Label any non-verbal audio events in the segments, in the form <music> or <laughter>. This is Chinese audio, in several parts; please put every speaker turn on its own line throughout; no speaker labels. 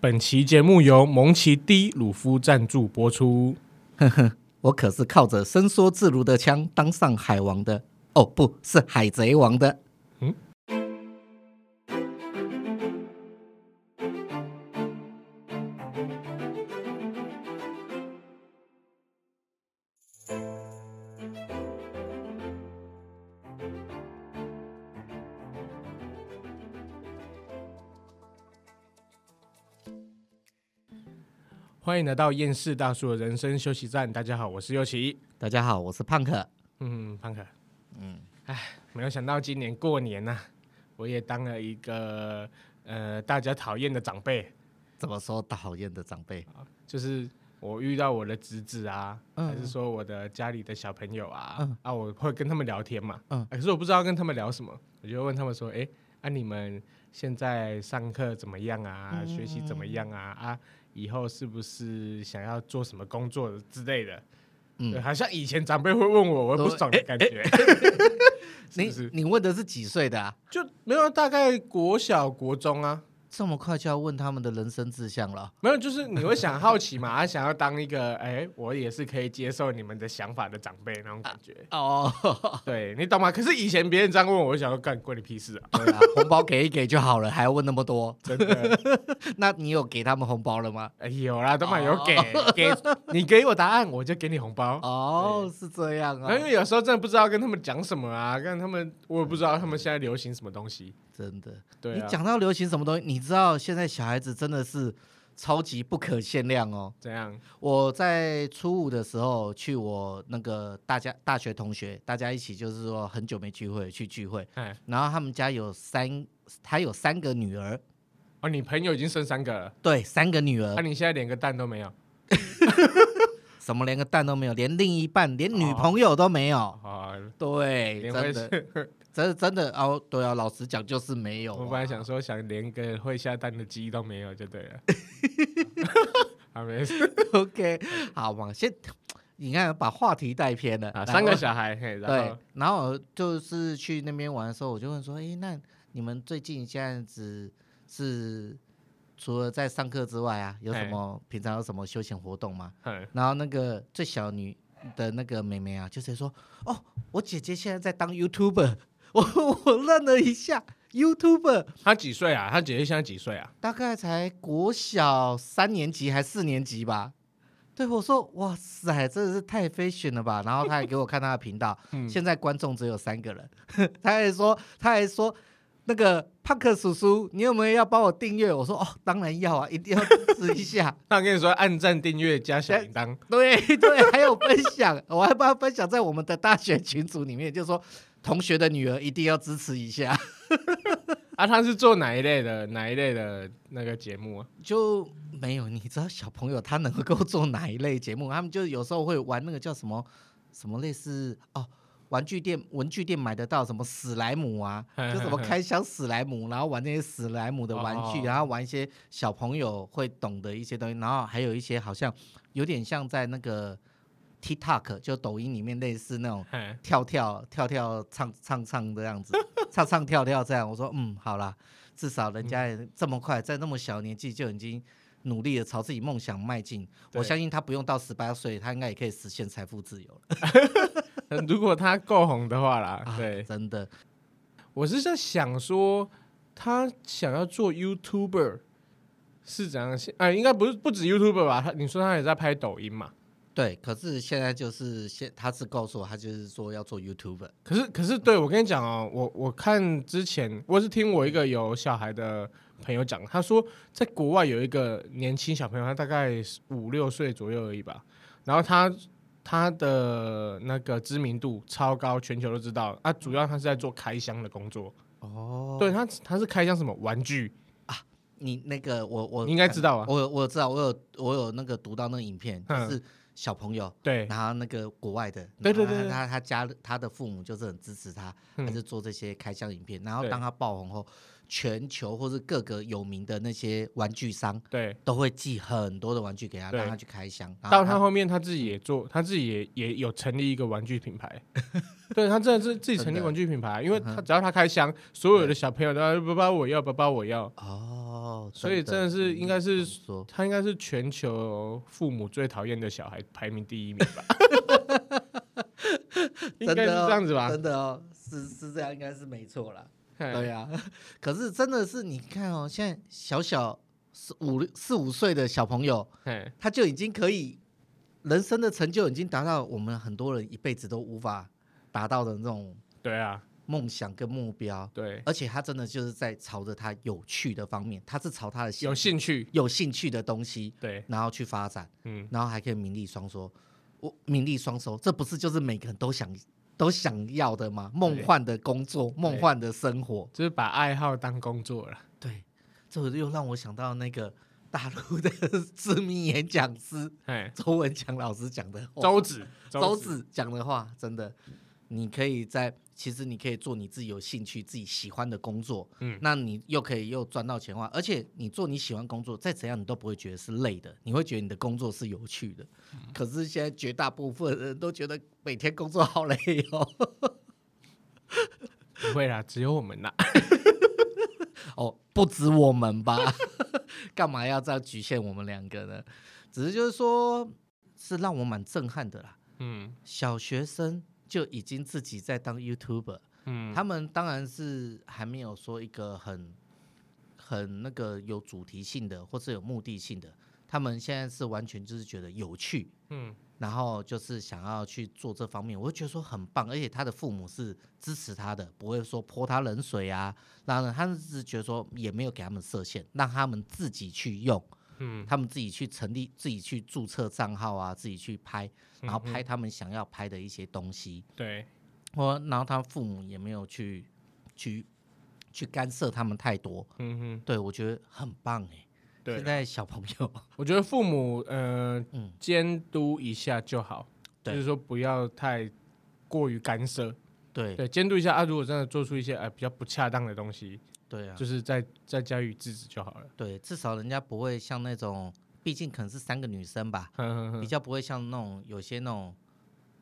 本期节目由蒙奇 D 鲁夫赞助播出。
我可是靠着伸缩自如的枪当上海王的，哦，不是海贼王的。
欢迎来到厌世大叔的人生休息站。大家好，我是右奇。
大家好，我是胖可。
嗯，胖可。嗯，哎，没有想到今年过年呐、我也当了一个呃大家讨厌的长辈，
怎么说讨厌的长辈？
就是。我遇到我的侄子啊，
嗯
还是说我的家里的小朋友啊，
嗯
啊，我会跟他们聊天嘛，
嗯
啊可是我不知道跟他们聊什么，我就会问他们说，哎、啊，你们现在上课怎么样啊？
嗯
学习怎么样啊？啊，以后是不是想要做什么工作之类的？
嗯哎
对，好像以前长辈会问我，我会不
都
爽的感觉，是
你
不是？
你问的是几岁的啊？
<laughs> 就没有大概国小、国中啊，
这么快就要问他们的人生志向了？
没有，就是你会想好奇嘛，啊想要当一个，哎、我也是可以接受你们的想法的长辈那种感觉，
哦，
对你懂吗？可是以前别人这样问我，我就想要干关你屁事啊，
<laughs> 对啊，红包给一给就好了，还要问那么多？
真的，
那你有给他们红包了吗？
<laughs> 哎有啦，都嘛有给、给，你给我答案，我就给你红包。
哦，是这样
然后因
啊，
为有时候真的不知道跟他们讲什么啊，跟他们我也不知道他们现在流行什么东西，
真的。
对
你
啊，
讲到流行什么东西，你知道现在小孩子真的是超级不可限量哦。
怎样？
我在初五的时候去我那个大家大学同学，大家一起就是说很久没聚会去聚会，
哎，
然后他们家有三，他有三个女儿，
哦，你朋友已经生三个了，
对，三个女
那、
儿，
你现在连个蛋都没有，
什么连个蛋都没有，连另一半连女
哦
朋友都没有，
好，
对，
哦连
真
会，
的，真的真的哦，对啊，老实讲就是没
<laughs>
有、啊
我本来想说想连个会下蛋的鸡都没有就对了，啊没事
<laughs> OK，好嘛，先你看把话题带偏了，
啊，
然后
三个小孩，嘿，然
对
后，
然后我就是去那边玩的时候，我就问说，诶，那你们最近这样子是除了在上课之外啊，有什
嘿
么平常有什么休闲活动吗？
嗯，
然后那个最小女的那个妹妹啊，就是说，哦，我姐姐现在在当 YouTuber，我 <laughs> 我愣了一下，YouTuber
他几岁啊？他姐姐现在几岁啊？
大概才国小三年级还四年级吧。对我说：“哇塞，真的是太 fashion 了吧！”然后他还给我看他的频道，
嗯
现在观众只有三个人。 <laughs> 他还说：“他还说那个胖克叔叔，你有没有要帮我订阅？”我说：“哦，当然要啊，一定要支持一下。
那我跟你说，按赞、订阅、加小铃铛，
对”对还有分享， <laughs> 我还帮他分享在我们的大学群组里面，就说同学的女儿一定要支持一下。
<laughs> 啊，他是做哪一类的？哪一类的那个节目啊？
就没有，你知道小朋友他能够做哪一类节目？他们就有时候会玩那个叫什么什么类似哦，玩具店文具店买得到什么史莱
<laughs>
姆啊，就什么开箱史莱姆，然后玩那些史莱姆的玩具，
哦
然后玩一些小朋友会懂的一些东西，然后还有一些好像有点像在那个 TikTok 就抖音里面类似那种
嘿
跳跳跳跳唱唱唱
<laughs>
这样子，唱唱跳跳这样。我说嗯，好啦，至少人家也这么快，在那么小年纪就已经努力的朝自己梦想迈进。我
对
相信他不用到十八岁，他应该也可以实现财富自由了。
<laughs> 如果他够红的话啦，
啊
对，
真的，
我是在想说，他想要做 YouTuber 是怎样的心？啊、应该不是不止 YouTuber 吧？他你说他也在拍抖音嘛？
对。可是现在就是现，他是告诉我，他就是说要做 YouTuber。
可是可是，对我跟你讲哦，我我看之前我是听我一个有小孩的朋友讲，他说在国外有一个年轻小朋友，他大概五六岁左右而已吧，然后他。他的那个知名度超高，全球都知道。啊，主要他是在做开箱的工作，
哦，
对他，他是开箱什么玩具，
你那个我我
你应该知道啊。
我有我知道，我有我有那个读到那个影片，就
嗯
是小朋友。
对，
然后那个国外的，
对对
然后
对对
他他他家他的父母就是很支持他，
嗯
他就做这些开箱影片。然后
对
当他爆红后，全球或是各个有名的那些玩具商
对，
都会寄很多的玩具给他，
对
让他去开箱。然后
到他后面他自己也做，他自己也也有成立一个玩具品
<laughs>
牌，对他真的是自己成立
真的
玩具品牌，因为
嗯
他
哼
只要他开箱，所有的小朋友都要爸爸我要爸爸我要，
哦，
所以真的是应该是
说
他应该是全球父母最讨厌的小孩排名第一名吧，
<laughs>
应该是这样子吧？
真的哦，是是这样，应该是没错啦。
嘿
对呀、 <laughs> 可是真的是你看哦，现在小小四五四五岁的小朋友，
嘿
他就已经可以人生的成就已经达到我们很多人一辈子都无法达到的那种
对啊，
梦想跟目标，
对，
而且他真的就是在朝着他有趣的方面，他是朝他的兴
有兴趣，
有兴趣的东西，
对，
然后去发展，
嗯，
然后还可以名利双收。我名利双收，这不是就是每个人都想都想要的吗？梦幻的工作，梦幻的生活，
就是把爱好当工作了，
对，这又让我想到那个大陆的知名演讲师
哎，
周文强老师讲的话，
周子，
周子讲的话，真的，你可以在其实你可以做你自己有兴趣、自己喜欢的工作，
嗯
那你又可以又赚到钱花，而且你做你喜欢工作，再怎样你都不会觉得是累的，你会觉得你的工作是有趣的。可是现在绝大部分人都觉得每天工作好累哦。
不会啦，只有我们啦，
哦，不止我们吧？ <laughs> 干嘛要这样局限我们两个呢？只是就是说，是让我蛮震撼的啦。
嗯
小学生就已经自己在当 YouTuber，、
嗯，
他们当然是还没有说一个很很那个有主题性的或是有目的性的，他们现在是完全就是觉得有趣，
嗯
然后就是想要去做这方面，我就觉得说很棒，而且他的父母是支持他的，不会说泼他冷水啊，然后他们是觉得说也没有给他们设限，让他们自己去用，
嗯
他们自己去成立、自己去注册账号啊，自己去拍，然后拍他们想要拍的一些东西，
对，
或然后他父母也没有去去去干涉他们太多，
嗯哼，
对我觉得很棒哎、
对啊
现。在小朋友， <laughs>
我觉得父母呃
嗯
监督一下就好，就
对
是说不要太过于干涉，
对
对，监督一下啊。如果真的做出一些呃比较不恰当的东西，
对啊，
就是再再加以制止就好了。
对，至少人家不会像那种，毕竟可能是三个女生吧，
哼哼
比
哼
较不会像那种有些那种 <laughs>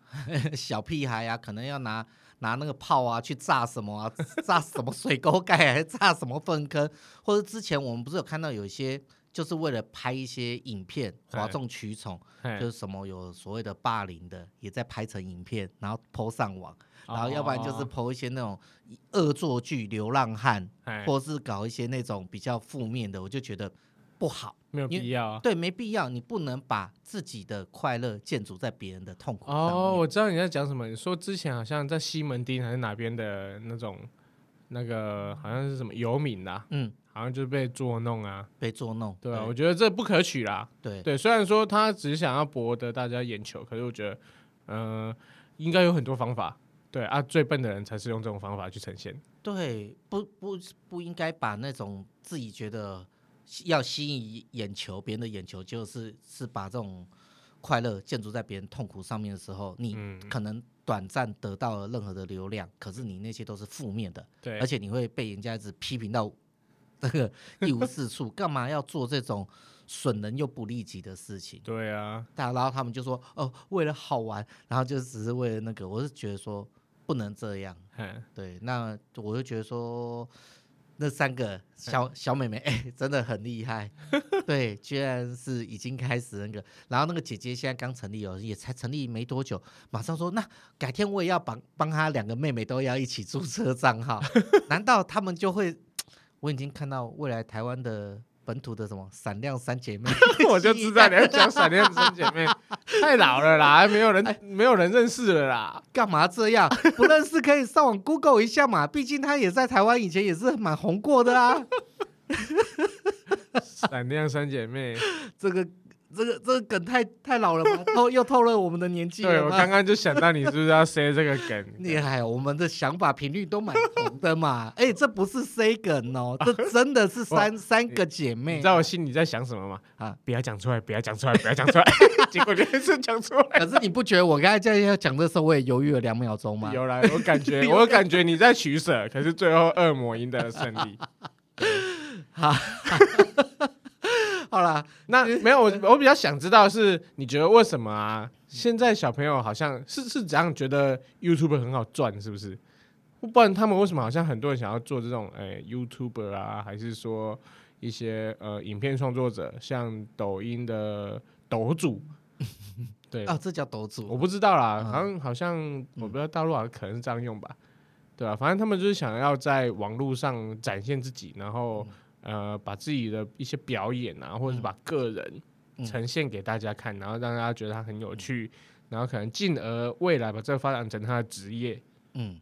小屁孩啊，可能要拿拿那个炮啊去炸什么啊，炸什么水沟盖、啊，还是炸什么粪坑，或者之前我们不是有看到有一些就是为了拍一些影片哗
哎
众取宠，
<laughs> 嘿
就是什么有所谓的霸凌的，也在拍成影片，然后 PO 上网，然后要不然就是
哦
PO 一些那种恶作剧、流浪汉。
嘿
或是搞一些那种比较负面的，我就觉得不好。
没有
因为
必要啊。
对，没必要，你不能把自己的快乐建筑在别人的痛苦上面。
哦，我知道你在讲什么。你说之前好像在西门町还是哪边的那种那个好像是什么游民啦、
嗯，
好像就被捉弄啊。
被捉弄。
对啊，我
对
觉得这不可取啦。
对
对，虽然说他只是想要博得大家眼球，可是我觉得，呃，应该有很多方法。对啊，最笨的人才是用这种方法去呈现。
对不不不应该把那种自己觉得吸要吸引眼球、别人的眼球，就是是把这种快乐建筑在别人痛苦上面的时候，你
嗯，
可能短暂得到了任何的流量，可是你那些都是负面的。
对，
而且你会被人家一直批评到这个 <laughs> 一无是处，干嘛要做这种损人又不利己的事情？
对啊，
但然后他们就说哦，为了好玩，然后就只是为了那个，我是觉得说不能这样。 <laughs>
嘿
对，那我就觉得说那三个小小妹妹，哎、真的很厉害，对，居然是已经开始那个，然后那个姐姐现在刚成立哦，也才成立没多久，马上说那改天我也要帮帮她两个妹妹都要一起注册账号，难道他们就会？我已经看到未来台湾的本土的什么闪亮三姐妹，
我就知道你要讲闪电三姐妹，太老了啦，没有
哎
人没有人认识了啦。
干嘛
<laughs>
这样？不认识可以上网 Google 一下嘛，毕竟她也在台湾以前也是蛮红过的啊。
闪电三姐妹，
<laughs> 这个这个这个梗太太老了吧， <laughs> 透又透露我们的年纪
对
了
我
吗
刚刚就想到你是不是要塞这个梗？
厉害，我们的想法频率都蛮同
<laughs>
的嘛。哎、这不是 C 梗哦，这真的是三三个姐
你
妹。
知道我心里在想什么吗？
啊？
不要讲出来，不要讲出来，不要讲出来。 <laughs> 结果就是讲出来。
可是你不觉得我刚才在要讲的时候，我也犹豫了两秒钟吗？
有来，我感
<laughs>
觉，我感觉你在取舍，可是最后恶魔赢得了胜
<laughs>
利。
好啦，
那没有，我
<laughs>
我比较想知道的是，你觉得为什么啊？现在小朋友好像是是怎样觉得 YouTube 很好赚，是不是？不然他们为什么好像很多人想要做这种呃、YouTuber 啊，还是说一些呃影片创作者，像抖音的抖
<laughs>
主？对，
啊，这叫抖主
我不知道啦，
嗯
好像好像我不知道大陆好像可能是这样用吧，对啊吧、反正他们就是想要在网络上展现自己，然后、
嗯
呃把自己的一些表演啊，或者是把个人
嗯
呈现给大家看，然后让大家觉得他很有趣，然后可能进而未来把这个发展成他的职业。
嗯，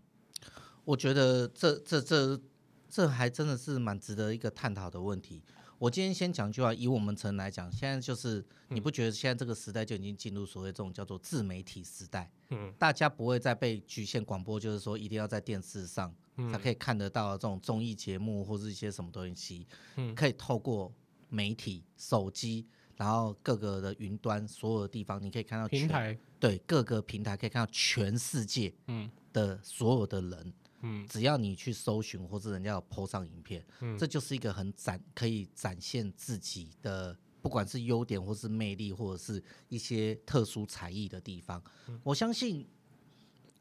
我觉得这这这这还真的是蛮值得一个探讨的问题。我今天先讲句话，以我们城来讲，现在就是
嗯
你不觉得现在这个时代就已经进入所谓这种叫做自媒体时代？
嗯，
大家不会再被局限广播，就是说一定要在电视上
嗯
才可以看得到这种综艺节目或是一些什么东西，
嗯
可以透过媒体、手机，然后各个的云端所有的地方，你可以看到
平
全
台，
对各个平台可以看到全世界
嗯
的所有的人，
嗯
只要你去搜寻或是人家有 PO 上影片，
嗯
这就是一个很展可以展现自己的，不管是优点或是魅力，或者是一些特殊才艺的地方。
嗯
我相信，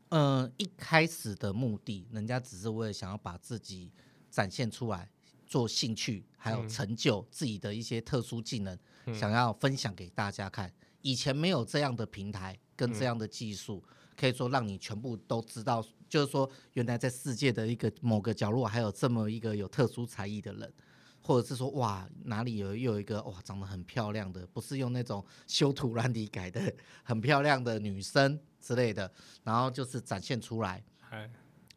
呃，一开始的目的，人家只是为了想要把自己展现出来，做兴趣，还
嗯
有成就自己的一些特殊技能，想要分享给大家看。以前没有这样的平台跟这样的技术，可以说让你全部都知道，就是说原来在世界的一个某个角落还有这么一个有特殊才艺的人，或者是说哇哪里有又有一个哇长得很漂亮的，不是用那种修图软体改的很漂亮的女生之类的，然后就是展现出来。
哎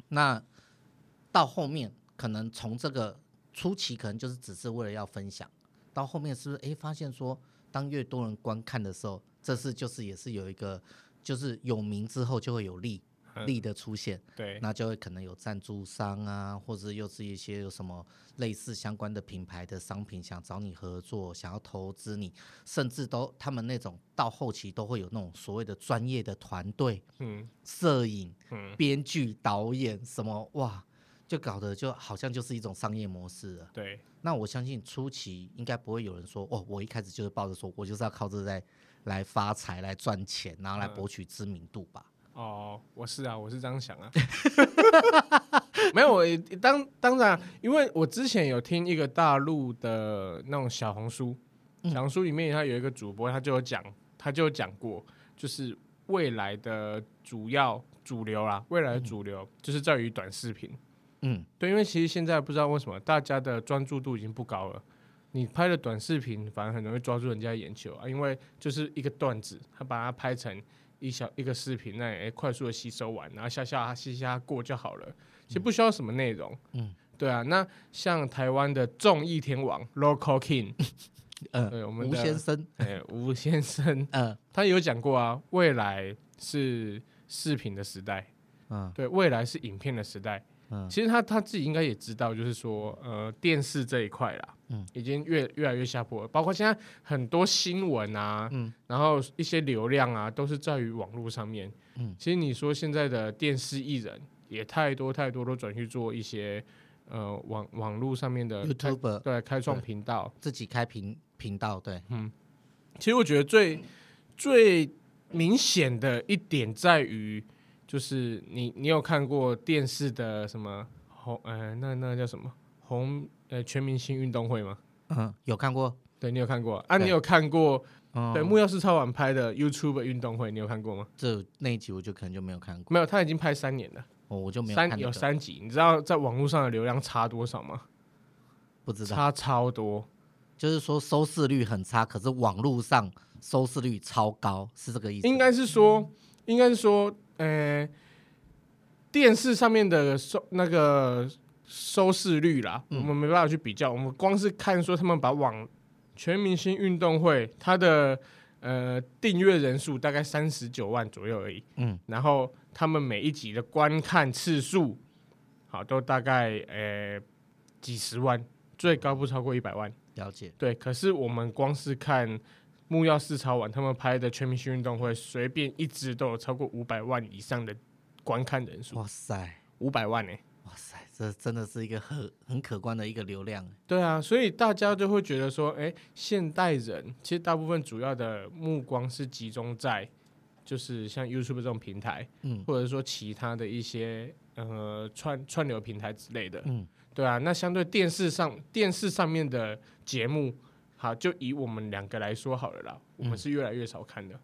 那到后面可能从这个初期可能就是只是为了要分享，到后面是不是诶发现说，当越多人观看的时候，这是就是也是有一个就是有名之后就会有利
嗯
利的出现，
对，
那就会可能有赞助商啊，或者又是一些有什么类似相关的品牌的商品想找你合作，想要投资你，甚至都他们那种到后期都会有那种所谓的专业的团队，
嗯
摄影、
嗯，
编剧、导演什么哇，就搞得就好像就是一种商业模式了。
对，
那我相信初期应该不会有人说哦，我一开始就是抱着说我就是要靠这在来发财、来赚钱，然后来
嗯
博取知名度吧。
哦，我是啊，我是这样想啊。 <laughs> 没有，我也当当然啊，因为我之前有听一个大陆的那种小红书，小红书里面它有一个主播，他就有讲，他就有讲过，就是未来的主要主流啦，未来的主流就是在于短视频。
嗯
对，因为其实现在不知道为什么大家的专注度已经不高了，你拍的短视频反而很容易抓住人家的眼球啊，因为就是一个段子，他把它拍成一小一个视频，那也快速的吸收完，然后下下吸下过就好了，其实不需要什么内容。
嗯，
对啊，那像台湾的综艺天王 Local
<laughs>
King，
呃，
对我们
吴
的
先生，
哎吴先生，
呃
他有讲过啊，未来是视频的时代。
嗯
对，未来是影片的时代。
嗯
其实他他自己应该也知道，就是说，呃，电视这一块啦，
嗯
已经越越来越下坡了。包括现在很多新闻啊，
嗯
然后一些流量啊，都是在于网络上面。
嗯，
其实你说现在的电视艺人也太多太多都转去做一些呃网网络上面的开
，YouTuber
对开创频道，
自己开频频道，对，
嗯其实我觉得最最明显的一点在于，就是你你有看过电视的什么红呃那那叫什么红呃全明星运动会吗？
嗯，有看过，
对你有看过啊？
对
你有看过
嗯，
对木曜四超晚拍的 YouTube 运动会，你有看过吗？
这那一集我就可能就没有看过，
没有，他已经拍三年了，
我我就没有看、那
三
个
有三集。你知道在网络上的流量差多少吗？
不知道。
差超多。
就是说收视率很差，可是网络上收视率超高，是这个意思吗？
应该是说，应该是说，呃，电视上面的收那
嗯
个收视率啦，我们没办法去比较，我们光是看说他们把网全明星运动会它的呃订阅人数大概三十九万左右而已，
嗯，
然后他们每一集的观看次数，好都大概呃几十万，最高不超过一百万。
了解。
对，可是我们光是看木曜四超玩他们拍的全明星运动会，随便一支都有超过五百万以上的观看人数，
哇塞，
五百万呢、欸
哇塞，这真的是一个很很可观的一个流量。
对啊，所以大家就会觉得说，哎，现代人其实大部分主要的目光是集中在，就是像 YouTube 这种平台，
嗯
或者说其他的一些呃串串流平台之类的，
嗯，
对啊。那相对电视上电视上面的节目，好，就以我们两个来说好了啦，我
嗯
们是越来越少看的，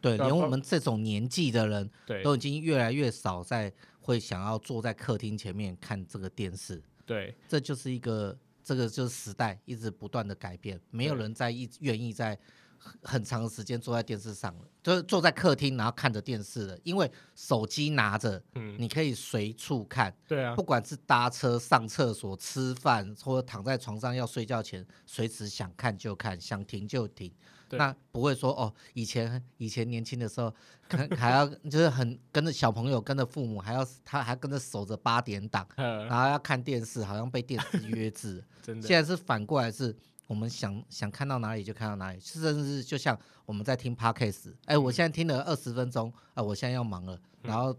对，
对啊
连我
包
们这种年纪的人
对
都已经越来越少在会想要坐在客厅前面看这个电视，
对
这就是一个这个就是时代一直不断的改变，没有
对
人在一愿意在很很长的时间坐在电视上了，就是坐在客厅然后看着电视了，因为手机拿着，
嗯
你可以随处看，
对啊
不，管是搭车、上厕所、吃饭，或者躺在床上要睡觉前，随时想看就看，想停就停。
对
那不会说哦，以前以前年轻的时候，可能还要就是很跟着小朋友、跟着父母，还要他还跟着守着八
<laughs>
点档，
呃，
然后要看电视，好像被电视约制。
<laughs> 真的
现在是反过来是。我们想想看到哪里就看到哪里，甚至是就像我们在听 podcast，哎、
嗯
我现在听了二十分钟，啊、我现在要忙了，然后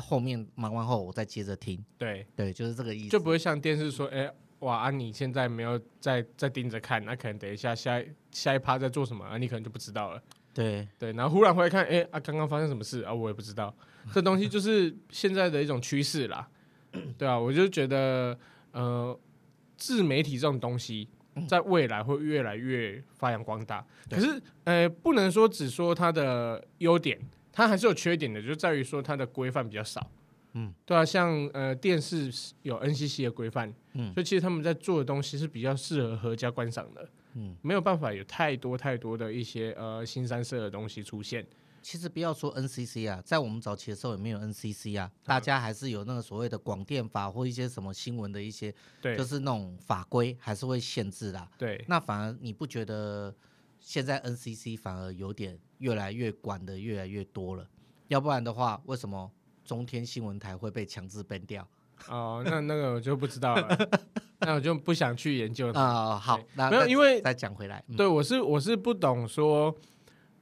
后面忙完后我再接着听，
对，
对，就是这个意思。
就不会像电视说，哎。哇啊！你现在没有在在盯着看，那可能等一下下一下一趴在做什么啊？你可能就不知道了。
对，
对，然后忽然回来看，哎、啊，刚刚发生什么事啊？我也不知道，这东西就是现在的一种趋势啦，对啊，我就觉得，呃，自媒体这种东西，在未来会越来越发扬光大。可
嗯对
是，呃，不能说只说它的优点，它还是有缺点的，就在于说它的规范比较少。
嗯，
对啊，像呃电视是有 NCC 的规范，
嗯
所以其实他们在做的东西是比较适合合家观赏的。
嗯，
没有办法有太多太多的一些呃新三色的东西出现。
其实不要说 NCC 啊，在我们早期的时候也没有 NCC 啊，大家还是有那个所谓的广电法或一些什么新闻的一些，
对，
就是那种法规还是会限制啦。
对，
那反而你不觉得现在 NCC 反而有点越来越管的越来越多了？要不然的话，为什么中天新闻台会被强制 ban 掉？
哦，那那个我就不知道
<laughs>
了，那我就不想去研究它。
啊、好，那
嗯没有
那
因为
再讲回来，嗯
对，我是我是不懂说，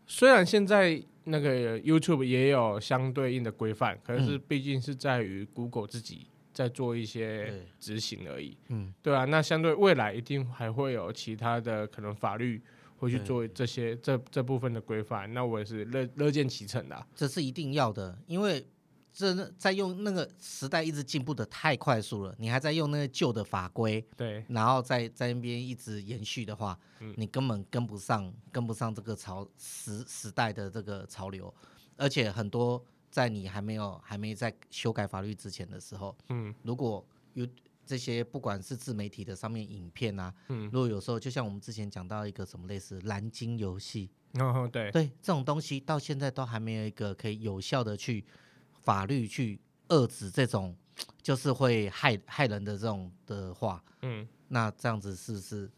虽然现在那个 YouTube 也有相对应的规范，可是
嗯
毕竟是在于 Google 自己在做一些
对
执行而已。
嗯，
对啊，那相对未来一定还会有其他的可能法律。会去
对
做这些这这部分的规范，那我也是乐乐见其成的、啊
这是一定要的，因为真的在用那个时代一直进步的太快速了，你还在用那个旧的法规，
对，
然后在在那边一直延续的话，
嗯
你根本跟不上，跟不上这个潮时时代的这个潮流，而且很多在你还没有还没在修改法律之前的时候，
嗯
如果有这些不管是自媒体的上面影片啊，
嗯，
如果有时候就像我们之前讲到一个什么类似蓝鲸游戏，
然后哦对，
对这种东西到现在都还没有一个可以有效的去法律去遏制这种就是会害害人的这种的话，
嗯，
那这样子是不是？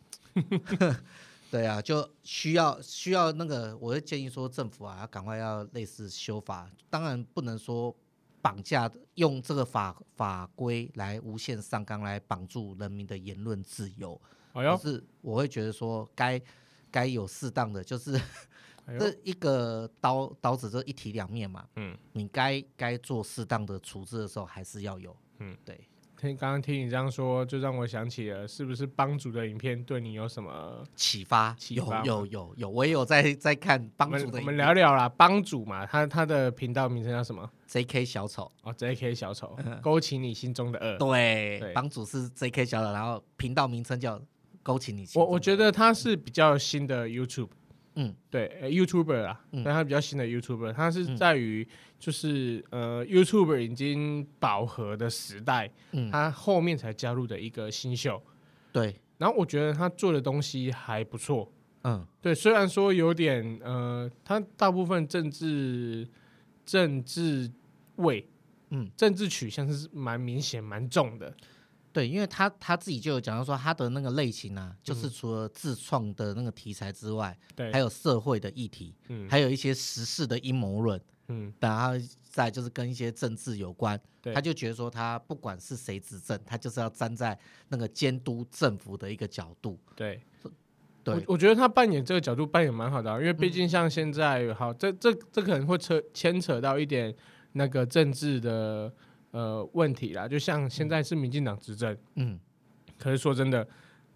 <laughs> 对啊，就需要需要那个，我会建议说政府啊，要赶快要类似修法，当然不能说绑架用这个法法规来无限上纲来绑住人民的言论自由，
哎
就
呦，
是我会觉得说该该有适当的，就是
哎呦，
<laughs> 这一个刀刀子就一体两面嘛，
嗯。
你该该做适当的处置的时候还是要有，
嗯，
对，
听刚刚听你这样说，就让我想起了，是不是帮主的影片对你有什么？
启发
启
有
发嘛
有有有，我也有在在看
我
帮
们
助的
我
影
们
片
聊聊啦，帮主嘛，他他的频道名称叫什么？
J.K. 小丑，
哦，J.K. 小丑，
嗯
勾起你心中的恶。
对
对，
帮主是 J.K. 小丑，然后频道名称叫勾起你心
我
中的，
我觉得他是比较新的 YouTube，
嗯，
对、呃 YouTuber 啦，
嗯
但他比较新的 YouTuber，他是在于就是、呃 YouTuber 已经饱和的时代，
嗯
他后面才加入的一个新秀。
对，
然后我觉得他做的东西还不错，
嗯，
对，虽然说有点呃，他大部分政治政治味，
嗯，
政治取向是蛮明显、蛮重的。
对，因为他他自己就有讲到说，他的那个类型啊，
嗯
就是除了自创的那个题材之外，
对，
还有社会的议题，
嗯
还有一些时事的阴谋论，
嗯，
然后再就是跟一些政治有关。
对
他就觉得说，他不管是谁执政，他就是要站在那个监督政府的一个角度。
对。
对，嗯
我我觉得他扮演这个角度扮演蛮好的啊、因为毕竟像现在，好，这这这可能会扯牵扯到一点那个政治的呃问题啦。就像现在是民进党执政，
嗯，
可是说真的，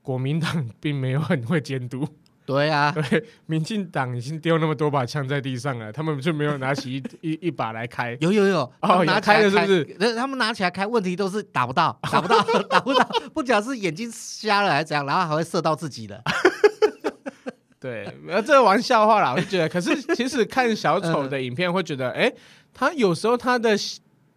国民党并没有很会监督，<laughs>
对啊，
民进党已经丢那么多把枪在地上了，他们就没有拿起一一一把来开。
有有有，他
哦
们
有
拿起
开
来
了是不
是？呃他们拿起来开，问题都是打不到，打
<laughs>
不到，打不到，不讲是眼睛瞎了还是怎样，然后还会射到自
<laughs>
己的。
对，呃，这玩笑话啦，我就觉得，可是 <laughs> 其实看小丑的影片会觉得，哎、他有时候他的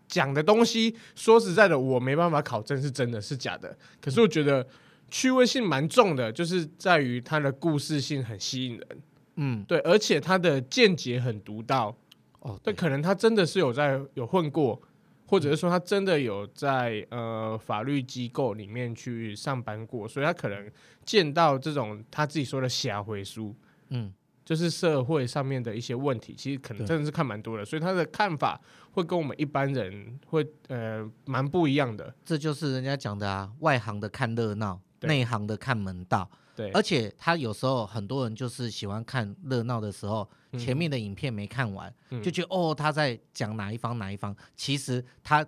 讲的东西，说实在的，我没办法考证是真的是假的，可是我觉得趣味性蛮重的，就是在于他的故事性很吸引人，
嗯，
对，而且他的见解很独到，
哦，
对，，可能他真的是有在有混过，或者是说他真的有在呃法律机构里面去上班过，所以他可能见到这种他自己说的瞎回书。
嗯，
就是社会上面的一些问题，其实可能
对
真的是看蛮多的，所以他的看法会跟我们一般人会呃蛮不一样的。
这就是人家讲的啊，外行的看热闹，
对
内行的看门道。
对，
而且他有时候很多人就是喜欢看热闹的时候，前面的影片没看完，
嗯
就觉得哦他在讲哪一方哪一方，其实他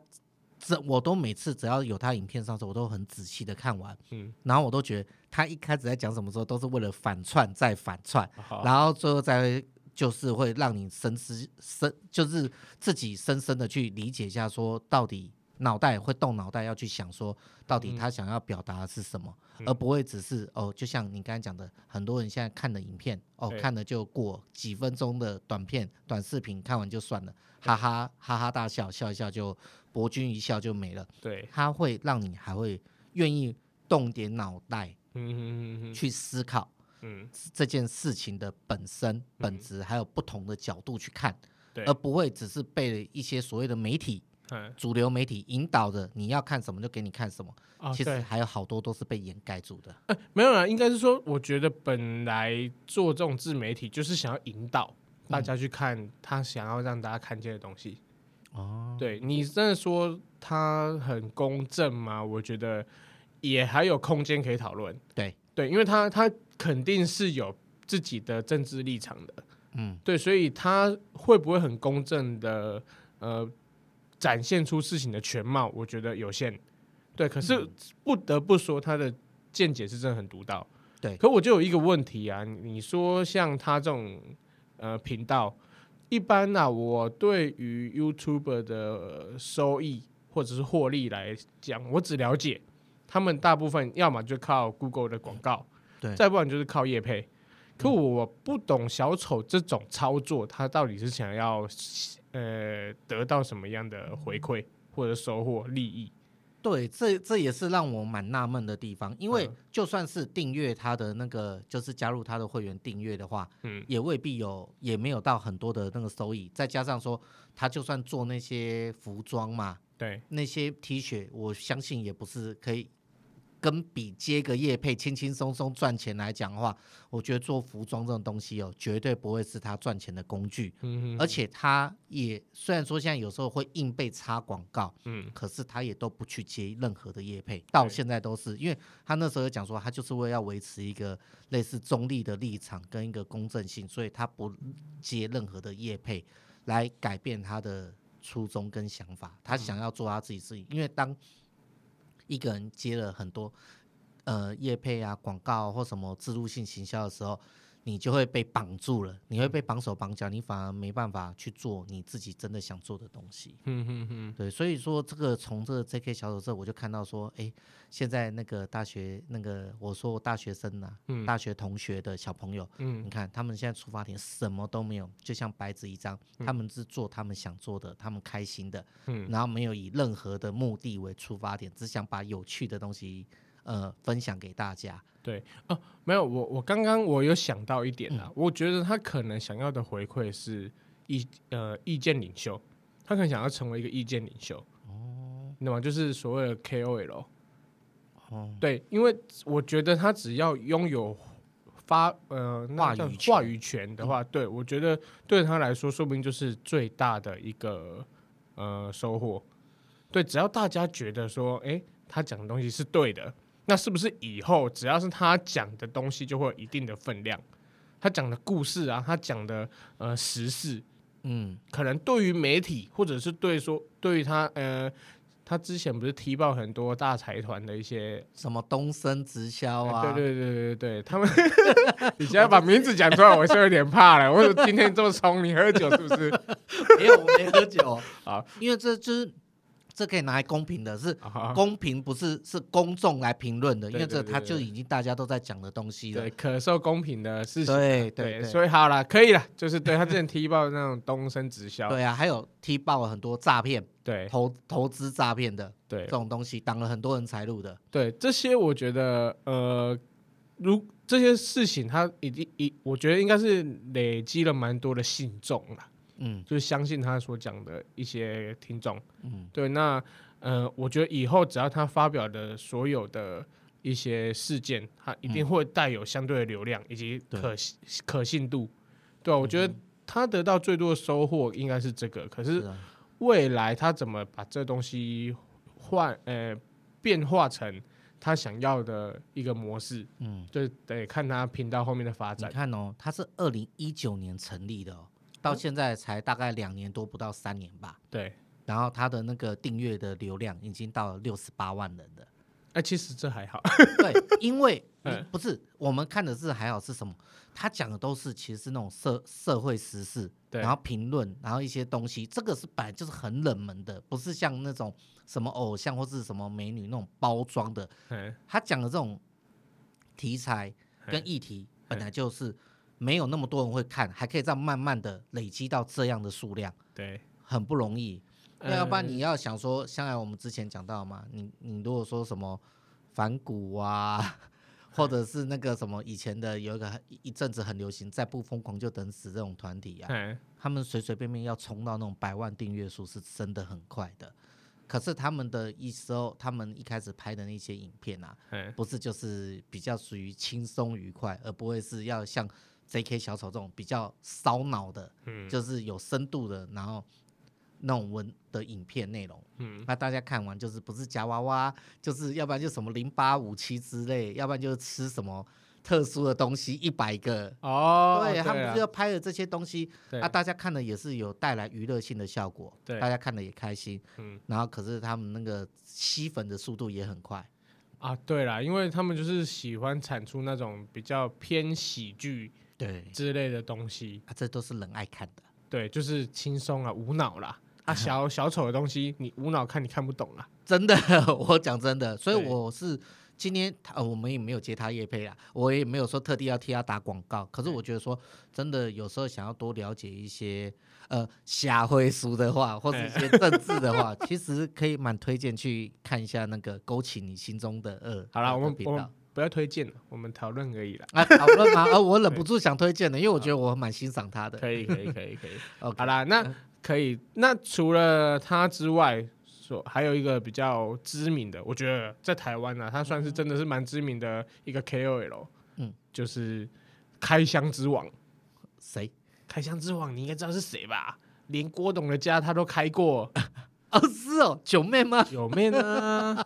这我都每次只要有他影片上时，我都很仔细的看完，
嗯，
然后我都觉得他一开始在讲什么时候都是为了反串再反串，
好，
然后最后再就是会让你深思深，就是自己深深的去理解一下，说到底脑袋会动脑袋要去想说到
嗯
底他想要表达的是什么，而不会只是哦，就像你刚才讲的，很多人现在看的影片哦
对，
看了就过几分钟的短片、短视频，看完就算了，哈哈哈哈大笑，笑一笑就博君一笑就没了，
对，
它会让你还会愿意动点脑袋
嗯嗯嗯
去思考。
嗯，
这件事情的本身、本质，还有不同的角度去看，
对
而不会只是被一些所谓的媒体、
嗯，
主流媒体引导着你要看什么就给你看什么。
啊，
其实
对，
还有好多都是被掩盖住的。
没有啦，应该是说，我觉得本来做这种自媒体就是想要引导大家去看他想要让大家看见的东西。
哦，
对你真的说他很公正吗？我觉得也还有空间可以讨论。
对
对，因为他他肯定是有自己的政治立场的，
嗯，
对，所以他会不会很公正的呃展现出事情的全貌？我觉得有限。对，可
嗯
是不得不说他的见解是真的很独到。
对
可我就有一个问题啊，你你说像他这种呃频道，一般啊，我对于 YouTuber 的收益或者是获利来讲，我只了解他们大部分要么就靠 Google 的广告，
对嗯
再不然就是靠业配。可我不懂小丑这种操作，他到底是想要呃得到什么样的回馈或者收获利益？
对，这这也是让我蛮纳闷的地方，因为
嗯
就算是订阅他的那个，就是加入他的会员订阅的话，
嗯，
也未必有，也没有到很多的那个收益。再加上说，他就算做那些服装嘛，
对，
那些 T 恤，我相信也不是可以跟比接个业配轻轻松松赚钱来讲的话，我觉得做服装这种东西哦，绝对不会是他赚钱的工具。
嗯
而且他也虽然说现在有时候会硬被插广告，
嗯，
可是他也都不去接任何的业配，到现在都是，因为他那时候有讲说，他就是为了要维持一个类似中立的立场跟一个公正性，所以他不接任何的业配来改变他的初衷跟想法。他想要做他自己事情，因为当一个人接了很多呃业配啊、广告、或什么植入性行销的时候。你就会被绑住了，你会被绑手绑脚，你反而没办法去做你自己真的想做的东西。
嗯嗯嗯，
对，所以说这个从这个 J.K. 小丑这，我就看到说，哎，现在那个大学那个我说我大学生呐、
嗯
大学同学的小朋友，
嗯
你看他们现在出发点什么都没有，就像白纸一张，他们是做他们想做的，他们开心的，
嗯
然后没有以任何的目的为出发点，只想把有趣的东西呃分享给大家。
对哦，没有，我我刚刚我有想到一点啊，
嗯
我觉得他可能想要的回馈是意呃意见领袖，他可能想要成为一个意见领袖，哦，那么就是所谓的 KOL，
哦，
对，因为我觉得他只要拥有发呃那
话
叫
语嗯
话语权的话，对我觉得对他来说，说不定就是最大的一个呃收获。对，只要大家觉得说，诶，他讲的东西是对的，那是不是以后只要是他讲的东西，就会有一定的分量？他讲的故事啊，他讲的呃时事，
嗯，
可能对于媒体，或者是对说对于他，呃，他之前不是踢爆很多大财团的一些，
什么东升直销啊，
哎
<laughs>
对对对对对， <laughs> 他们，你现在把名字讲出来，我是有点怕了。我说今天这么冲，你喝酒是不 <laughs> 是？
没有，我没喝酒
<laughs> 好，
因为这就是这可以拿来公平的，是
啊，
公平，不是是公众来评论的，因
对
为这
对对
它
对
就
对
已经大家都在讲的东西了
对，。可受公平的事情，
对
对，
对
所以好啦，可以啦，就是对他之前踢爆的那种东升直销，
对啊，还有踢爆了很多诈骗、
对
投投资诈骗的
对
这种东西，挡了很多人财路的。
对这些，我觉得呃，如这些事情，他已经已，我觉得应该是累积了蛮多的信众啦。
嗯
就是相信他所讲的一些听众。
嗯，
对，那呃，我觉得以后只要他发表的所有的一些事件，他一定会带有相对的流量以及
嗯对嗯
可信可信度。对啊，我觉得他得到最多的收获应该是这个。可
是
是
啊，
未来他怎么把这东西换呃变化成他想要的一个模式，
嗯，
就得看他频道后面的发
你
展。
看哦，它是二零一九年成立的、哦，
嗯
到现在才大概两年多，不到三年吧。
对，
然后它的那个订阅的流量已经到了六十八万人
<laughs>
了。
哎、其实这还好。 <laughs>
对，因为你
嗯
不是我们看的是还好是什么？他讲的都是其实是那种社社会时事，
对
然后评论，然后一些东西，这个是本来就是很冷门的，不是像那种什么偶像或是什么美女那种包装的。
嗯，
他讲的这种题材跟议题，本来就是没有那么多人会看，还可以这样慢慢的累积到这样的数量，
对。
很不容易。那
呃
要不然你要想说，像我们之前讲到嘛，你你如果说什么反骨啊， <laughs> 或者是那个什么以前的有一个很一一阵子很流行，再不疯狂就等死这种团体啊，
嗯
他们随随便便要冲到那种百万订阅数是真的很快的。可是他们的一时候，他们一开始拍的那些影片啊，
嗯，
不是就是比较属于轻松愉快，而不会是要像 J.K. 小丑这种比较烧脑的，
嗯
就是有深度的，然后那种文的影片内容，
嗯，
那大家看完就是不是夹娃娃，就是要不然就什么零八五七之类，要不然就是吃什么特殊的东西一百个。
哦，
对他们
啊
就是要拍的这些东西，
对
啊，大家看了也是有带来娱乐性的效果，
对
大家看了也开心，
嗯
然后可是他们那个吸粉的速度也很快，
啊，对啦，因为他们就是喜欢产出那种比较偏喜剧
对，
之类的东西，
啊，这都是人爱看的。
对，就是轻松啊，无脑啦，啊，
<laughs>
小小丑的东西你无脑看你看不懂啦，
真的， <laughs> 我讲真的，所以
对
我是今天他呃，我们也没有接他叶配啦，我也没有说特地要替他打广告。可是我觉得说，真的有时候想要多了解一些呃下会书的话，或是一些政治
<laughs>
的话，其实可以蛮推荐去看一下那个勾起你心中的恶。
好啦，
那个
我们
频
我
道
们不要推荐了，我们讨论而已啦，
啊讨论吗？呃，我忍不住想推荐的，因为我觉得我蛮欣赏他的。
可以可以可以可以，
<laughs> OK，嗯
好啦，那可以，那除了他之外。说还有一个比较知名的，我觉得在台湾呢、啊，他算是真的是蛮知名的一个 KOL，
嗯，
就是开箱之王。
谁？
开箱之王，你应该知道是谁吧？连郭董的家他都开过，
哦，是哦，九妹吗？
有面
<laughs>
啊！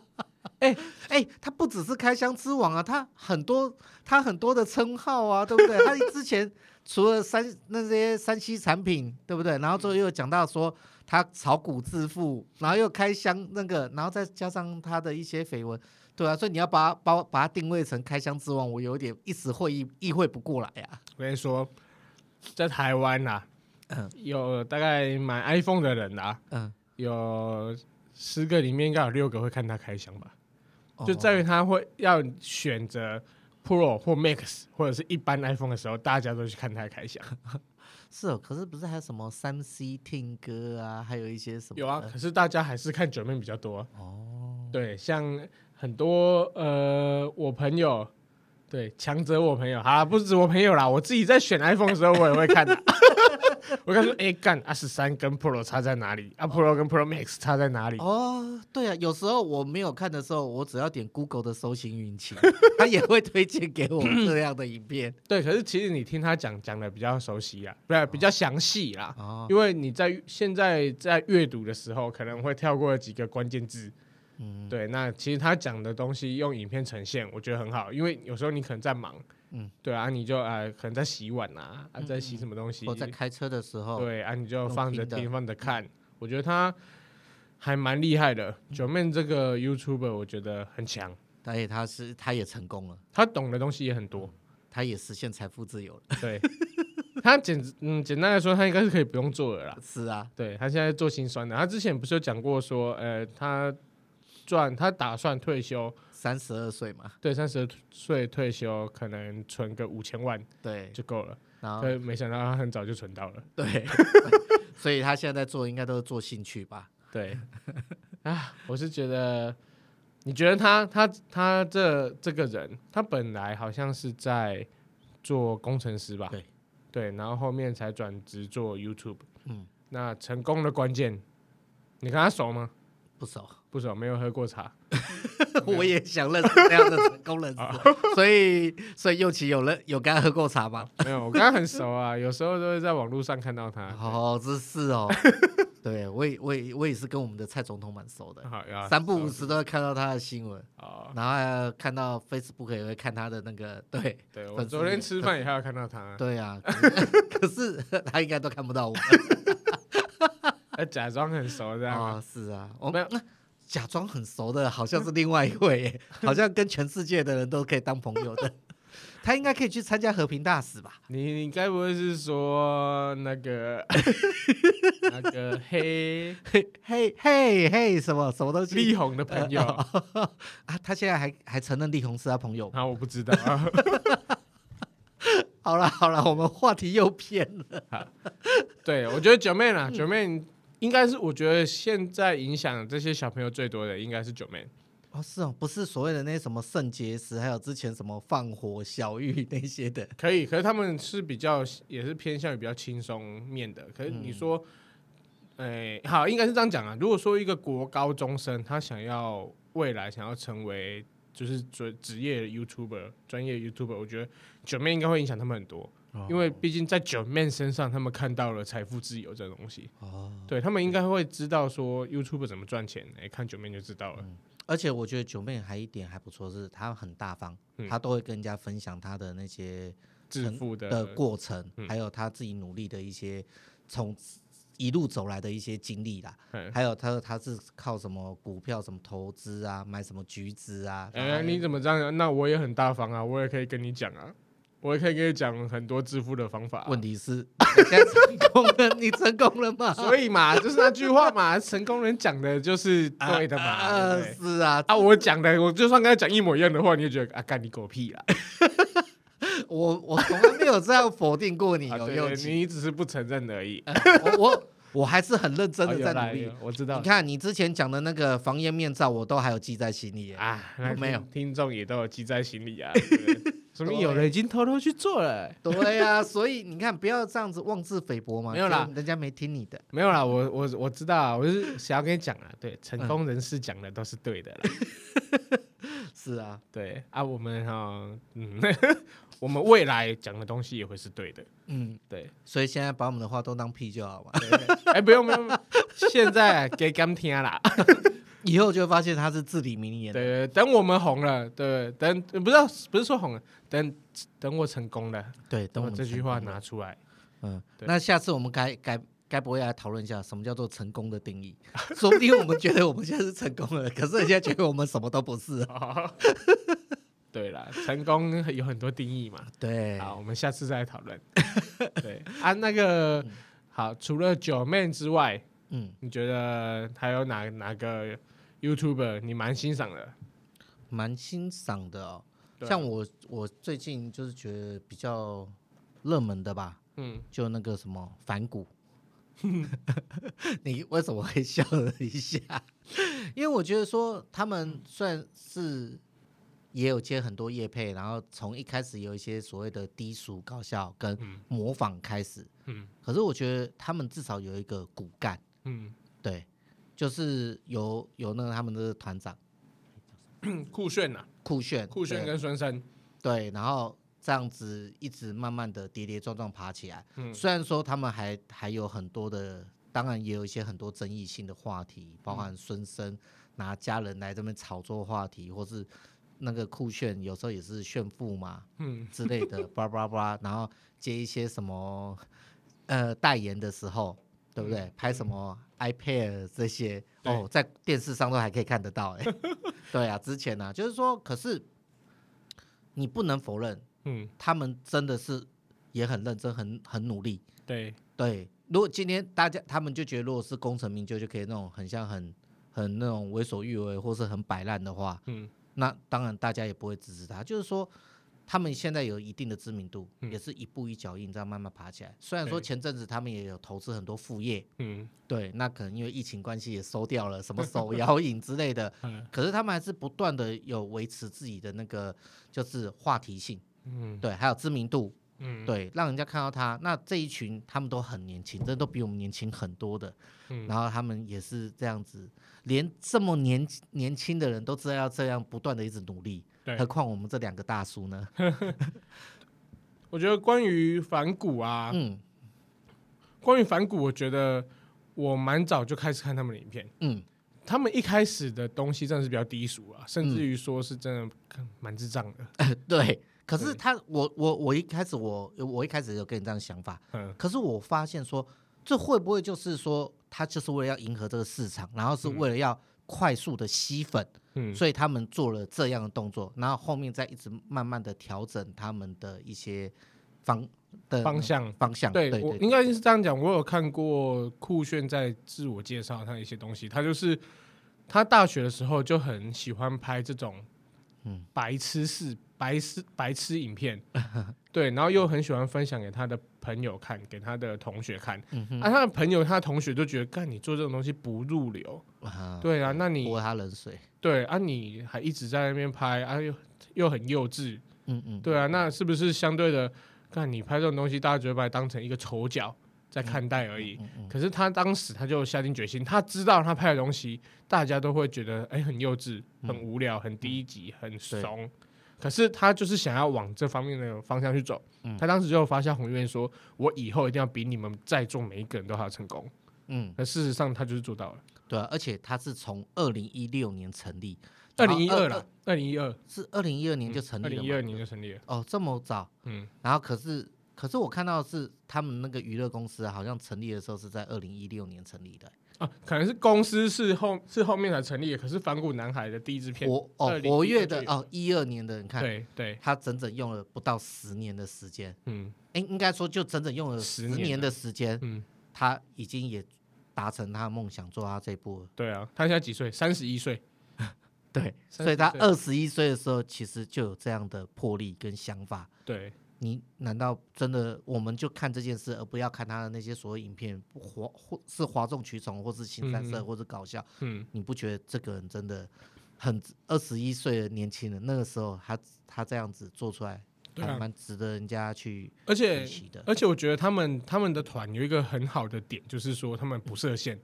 哎、他不只是开箱之王啊，他很多他很多的称号啊，对不对？他之前除了三那些山西产品，对不对？然后最后又讲到说他炒股致富，然后又开箱那个，然后再加上他的一些绯闻，对啊，所以你要把他把把他定位成开箱之王，我有点一时会意意会不过来啊呀、
我跟你说，在台湾呐、
嗯
有大概买 iPhone 的人啊，
嗯，
有十个里面应该有六个会看他开箱吧，
哦
就在于他会要选择 Pro 或 Max 或者是一般 iPhone 的时候，大家都去看他开
<laughs>
箱。
是哦，可是不是还有什么三 C 听歌啊，还有一些什么
有啊，
的
可是大家还是看九妹比较多啊。
嗯哦，
对，像很多呃，我朋友对，强者我朋友，好啦，不止我朋友啦，我自己在选 iPhone 的时候，我也会看
<laughs>
的。我跟他说，哎、干二十三跟 Pro 差在哪里？啊，Pro 跟 Pro Max 差在哪里？
哦，对啊，有时候我没有看的时候，我只要点 Google 的搜寻引擎，它也会推荐给我这样的影片。
对，可是其实你听他讲讲的比较熟悉啊，不是比较详细啦，
哦，
因为你在现在在阅读的时候，可能会跳过几个关键字。
嗯，
对，那其实他讲的东西用影片呈现，我觉得很好，因为有时候你可能在忙，
嗯，
对啊，你就呃可能在洗碗啊，啊在洗什么东西，
我在开车的时候，
对啊，你就
用
放着
听的
听，放着看。我觉得他还蛮厉害的，
嗯
九妹这个 YouTuber 我觉得很强，
而且他是他也成功了，
他懂的东西也很多。
他也实现财富自由了。 <laughs>
对，他简直嗯简单来说，他应该是可以不用做了啦。
是啊，
对他现在做心酸的，他之前不是有讲过说，呃，他赚他打算退休，
三十二岁嘛，
对，三十岁退休可能存个五千万
对，
就够了，
然后
可是没想到他很早就存到了。
对， <laughs> 所以他现在在做应该都是做兴趣吧。
对， <laughs> 啊，我是觉得，你觉得他他他这这个人，他本来好像是在做工程师吧？
对
对，然后后面才转职做 YouTube。
嗯，
那成功的关键，你跟他熟吗？
不熟，
不熟，没有喝过茶。
<laughs> 我也想认识这样的成功人士，所以所以右奇有人有跟他喝过茶吗？
<laughs> 没有，我跟他很熟啊，有时候都会在网络上看到他。
哦，这是 <laughs> 哦，对我也我也我也是跟我们的蔡总统蛮熟的，
好呀，
三不五时都会看到他的新闻，
啊哦，
然后还有看到 Facebook 也会看他的那个，对
对我
粉丝
昨天
也
吃饭也还有看到他，
<laughs> 对啊，可
<laughs>
是可是他应该都看不到我
他假装很熟这样啊。
哦，是啊，我
没有
们假装很熟的，好像是另外一位耶，好像跟全世界的人都可以当朋友
<laughs>
的，他应该可以去参加和平大使吧？
你你该不会是说那
<laughs>
个那个黑
嘿嘿嘿嘿，什么什么东西？
力宏的朋友？
<laughs> 啊，他现在还还承认力宏是他朋友吗。
啊，我不知道 <laughs> 啊。
好了好了，我们话题又偏了。
对，我觉得九妹
嗯
啦，九妹应该是我觉得现在影响这些小朋友最多的应该是九妹。
哦，是哦，不是所谓的那些什么肾结石，还有之前什么放火、小玉那些的。
可以，可是他们是比较也是偏向于比较轻松面的。可是你说，诶、好，应该是这样讲啊。如果说一个国高中生他想要未来想要成为就是职职业 YouTuber、专业 YouTuber，我觉得九妹应该会影响他们很多，因为毕竟在九妹身上他们看到了财富自由这东西，
哦，
对他们应该会知道说 YouTube 怎么赚钱。诶、看九妹就知道了。
而且我觉得九妹还一点还不错，是她很大方，
嗯
她都会跟人家分享她的那些
致富的
的过程，
嗯
还有她自己努力的一些从一路走来的一些经历啦。
嗯
还有她她是靠什么股票、什么投资啊，买什么橘子啊。
哎、
然后
你怎么这样？那我也很大方啊，我也可以跟你讲啊，我也可以跟你讲很多致富的方法啊、
问题是， <laughs> 人家成功了，你成功了吗？
所以嘛， <laughs> 就是那句话嘛，成功人讲的就是对的嘛。
啊
对不对
<laughs> 是啊，
啊，我讲的，我就算跟他讲一模一样的话，你就觉得啊，干你狗屁啦！
我我从来没有这样否定过你
啊
有
对
用
对 <laughs> 你只是不承认而已。
我我我还是很认真的
哦
在，
有啦
努力。
有我知道
你看你之前讲的那个防烟面罩，我都还有记在心里耶。
啊，那
哦我没有
听听众也都有记在心
<laughs>
里啊，对不对说明有人已经偷偷去做了。
对呀、所以你看，不要这样子妄自菲薄嘛。
没有啦
就人家没听你
<laughs>
的。
没有啦，我我我知道啊，我是想要跟你讲啊，对，成功人士讲的都是对的啦。
是啊，
对啊，我们哈、嗯， <laughs> 我们未来讲的东西也会是对的。
嗯，
对，
所以现在把我们的话都当屁就好嘛。
哎、不用不用，现在给干听啦。
以后就会发现他是至理名言。，
对，等我们红了，对，等不是不是说红了，等等我成功了，
对，
等
等我
我
们
哦这句
成
话
功了
拿出来。 <laughs>
嗯，
对
那下次我们该该该不会来讨论一下什么叫做成功的定义？ <laughs> 说不定我们觉得我们现在是成功了，可是人家觉得我们什么都不是哦。
对啦，成功有很多定义嘛。
对，
好，我们下次再来讨
<laughs>
论。对啊，那个好，除了九妹之外，
嗯，
你觉得还有哪哪个 YouTuber 你蛮欣赏的？
蛮欣赏的哦。
对啊
像我，我最近就是觉得比较热门的吧，
嗯，
就那个什么
<laughs>
反骨。 <laughs> 你为什么会笑了一下？因为我觉得说他们虽然是也有接很多业配，然后从一开始有一些所谓的低俗搞笑跟模仿开始，
嗯
可是我觉得他们至少有一个骨干，
嗯
对，就是有有那个他们的团长
嗯，酷炫呐、
酷炫，
酷炫
对
跟孙生，
对，然后这样子一直慢慢的跌跌撞撞爬起来。
嗯
虽然说他们还还有很多的，当然也有一些很多争议性的话题，包含孙生拿家人来这边炒作话题，或是那个酷炫有时候也是炫富嘛
嗯
之类的，叭叭叭，然后接一些什么呃代言的时候。对不对？拍什么 iPad 这些哦，在电视上都还可以看得到哎、 <laughs> 对啊，之前啊，就是说，可是你不能否认，
嗯，
他们真的是也很认真、很很努力。
对，
对，如果今天大家他们就觉得，如果是功成名就，就可以那种很像很很那种为所欲为，或是很摆烂的话，
嗯
那当然大家也不会支持他。就是说，他们现在有一定的知名度，
嗯
也是一步一脚印这样慢慢爬起来。虽然说
对
前阵子他们也有投资很多副业，
嗯，
对，那可能因为疫情关系也收掉了什么手摇饮之类的
<laughs> 嗯
可是他们还是不断的有维持自己的那个就是话题性，
嗯
对，还有知名度，
嗯，
对，让人家看到他。那这一群他们都很年轻，真的都比我们年轻很多的。
嗯
然后他们也是这样子，连这么年年轻的人都知道要这样不断的一直努力，
对
何况我们这两个大叔呢？
我觉得关于反骨啊，
嗯 <laughs>
关于反骨，我觉得我蛮早就开始看他们的影片。
嗯，
他们一开始的东西真的是比较低俗啊，甚
嗯
至于说是真的看蛮智障的。
对。可是
对
他，我我我一开始我我一开始有跟你这样想法，
嗯，
可是我发现说，这会不会就是说，他就是为了要迎合这个市场，然后是为了要快速的吸粉，
嗯
所以他们做了这样的动作，然后后面再一直慢慢的调整他们的一些方的
方向
方向。
对
对对
我
对
应该是这样讲，我有看过酷炫在自我介绍他的一些东西，他就是他大学的时候就很喜欢拍这种
嗯
白痴式白痴白痴影片， <laughs> 对，然后又很喜欢分享给他的朋友看，给他的同学看，
嗯哼
啊，他的朋友他的同学就觉得，干你做这种东西不入流，
啊
对啊，那你
泼他冷水。
对啊，你还一直在那边拍啊，又又很幼稚，
嗯嗯，
对啊，那是不是相对的，看你拍这种东西，大家只会把它当成一个丑角在看待而已。
嗯嗯
可是他当时他就下定决心，他知道他拍的东西，大家都会觉得哎、很幼稚、
嗯
很无聊、很低级、很怂。可是他就是想要往这方面的方向去走。
嗯
他当时就发下宏愿说：“我以后一定要比你们在座每一个人都还要成功。
嗯，”
那事实上他就是做到了。
对啊，而且他是从二零一六年成立，
二
然后
零一二了，，二零一二，
是二零一二年就成
嗯二
立了
零
嘛。
一二年就成立了。
哦，这么早。
嗯，
然后可是可是我看到的是他们那个娱乐公司啊好像成立的时候是在二零一六年成立的欸、
啊，可能是公司是后是后面才成立的，可是反骨男孩的第一支片，
活哦
2012
活跃的
就有
哦一二年的，你看
对对，
他整整用了不到十年的时间，
嗯
哎，应该说就整整用了
10
十
年
年的时间，
嗯，
他已经也达成他的梦想，做他这一步了。
对啊，他现在几岁？三十一岁，
<laughs> 对，
30
所以他
岁
二十一岁的时候，其实就有这样的魄力跟想法。
对，
你难道真的我们就看这件事，而不要看他的那些所谓影片，不哗或是哗众取宠，或是新三色，
嗯
或是搞笑？
嗯，
你不觉得这个人真的很二十一岁的年轻人？那个时候他他这样子做出来，
对啊
还蛮值得人家去
而且
学习的。
而且我觉得他们他们的团有一个很好的点，就是说他们不设限，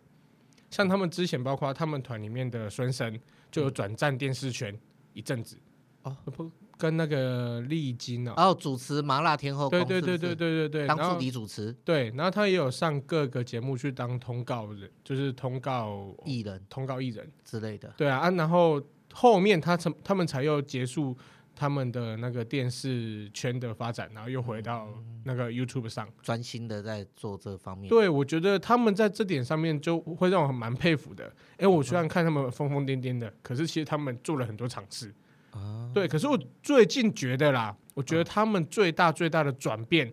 像他们之前包括他们团里面的孙生就有转战电视圈一阵子，
哦
不跟那个丽晶啊，
然后主持麻辣天后宫
对
是不
对对
哦是，
对对对对，
当
然
助
后
理主持
对，然后他也有上各个节目去当通告人，就是通告
艺人
通告艺人。
之类的。
对啊，啊然后后面他才他们才又结束他们的那个电视圈的发展，然后又回到那个 YouTube 上。
专心的在做这方面。
对，我觉得他们在这点上面就会让我蛮佩服的。哎，我虽然看他们疯疯癫癫的，可是其实他们做了很多尝试。
啊，
对，可是我最近觉得啦，我觉得他们最大最大的转变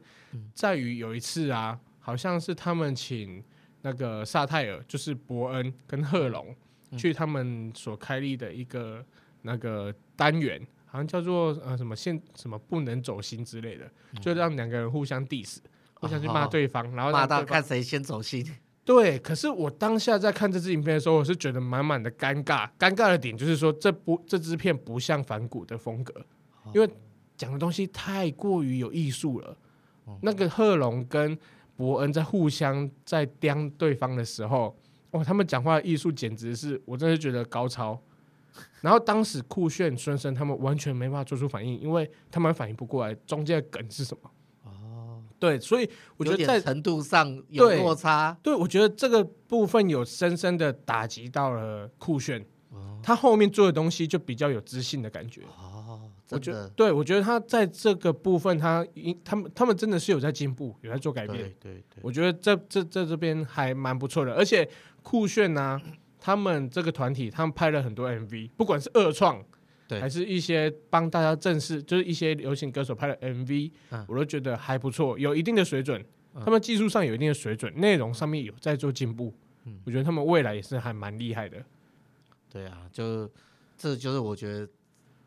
在于有一次啊，好像是他们请那个萨泰尔，就是伯恩跟贺龙去他们所开立的一个那个单元，好像叫做呃什么现什么不能走心之类的，就让两个人互相 diss，互相去骂对方，然后
骂
让
到
对方
看谁先走心。
对，可是我当下在看这支影片的时候，我是觉得满满的尴尬。尴尬的点就是说，这部这支片不像反骨的风格，
哦
因为讲的东西太过于有艺术了。
哦
那个贺龙跟伯恩在互相在刁对方的时候，哇，他们讲话的艺术简直是我真的觉得高超。然后当时酷炫、孙生他们完全没办法做出反应，因为他们反应不过来中间的梗是什么。
哦，
对，所以我觉得
有点
在
程度上有
对
落差，
对，我觉得这个部分有深深的打击到了酷炫，
哦
他后面做的东西就比较有知性的感觉。
哦，
我
真
觉得，
的，
对我觉得他在这个部分他，因他们他们真的是有在进步，有在做改变。
对对对，
我觉得这这这这边还蛮不错的，而且酷炫呢、他们这个团体，他们拍了很多 MV，不管是二创，
对
还是一些帮大家正式，就是一些流行歌手拍的 MV，、
嗯
我都觉得还不错，有一定的水准。
嗯
他们技术上有一定的水准，内容上面有在做进步，
嗯
我觉得他们未来也是还蛮厉害的。
对啊，就这就是我觉得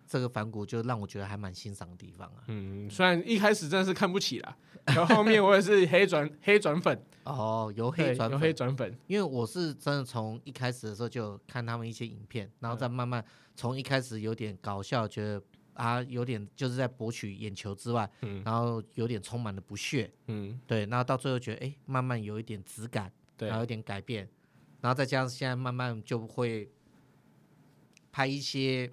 这个反骨就让我觉得还蛮欣赏的地方啊。
嗯，虽然一开始真的是看不起啦，然后后面我也是黑转黑转粉，
哦，由
对
黑转
由
粉
黑转粉，
因为我是真的从一开始的时候就看他们一些影片，然后再慢慢从一开始有点搞笑，觉得啊有点就是在博取眼球之外，
嗯
然后有点充满了不屑，
嗯，
对，然后到最后觉得哎慢慢有一点质感，
对
然后有点改变，然后再加上现在慢慢就会拍一些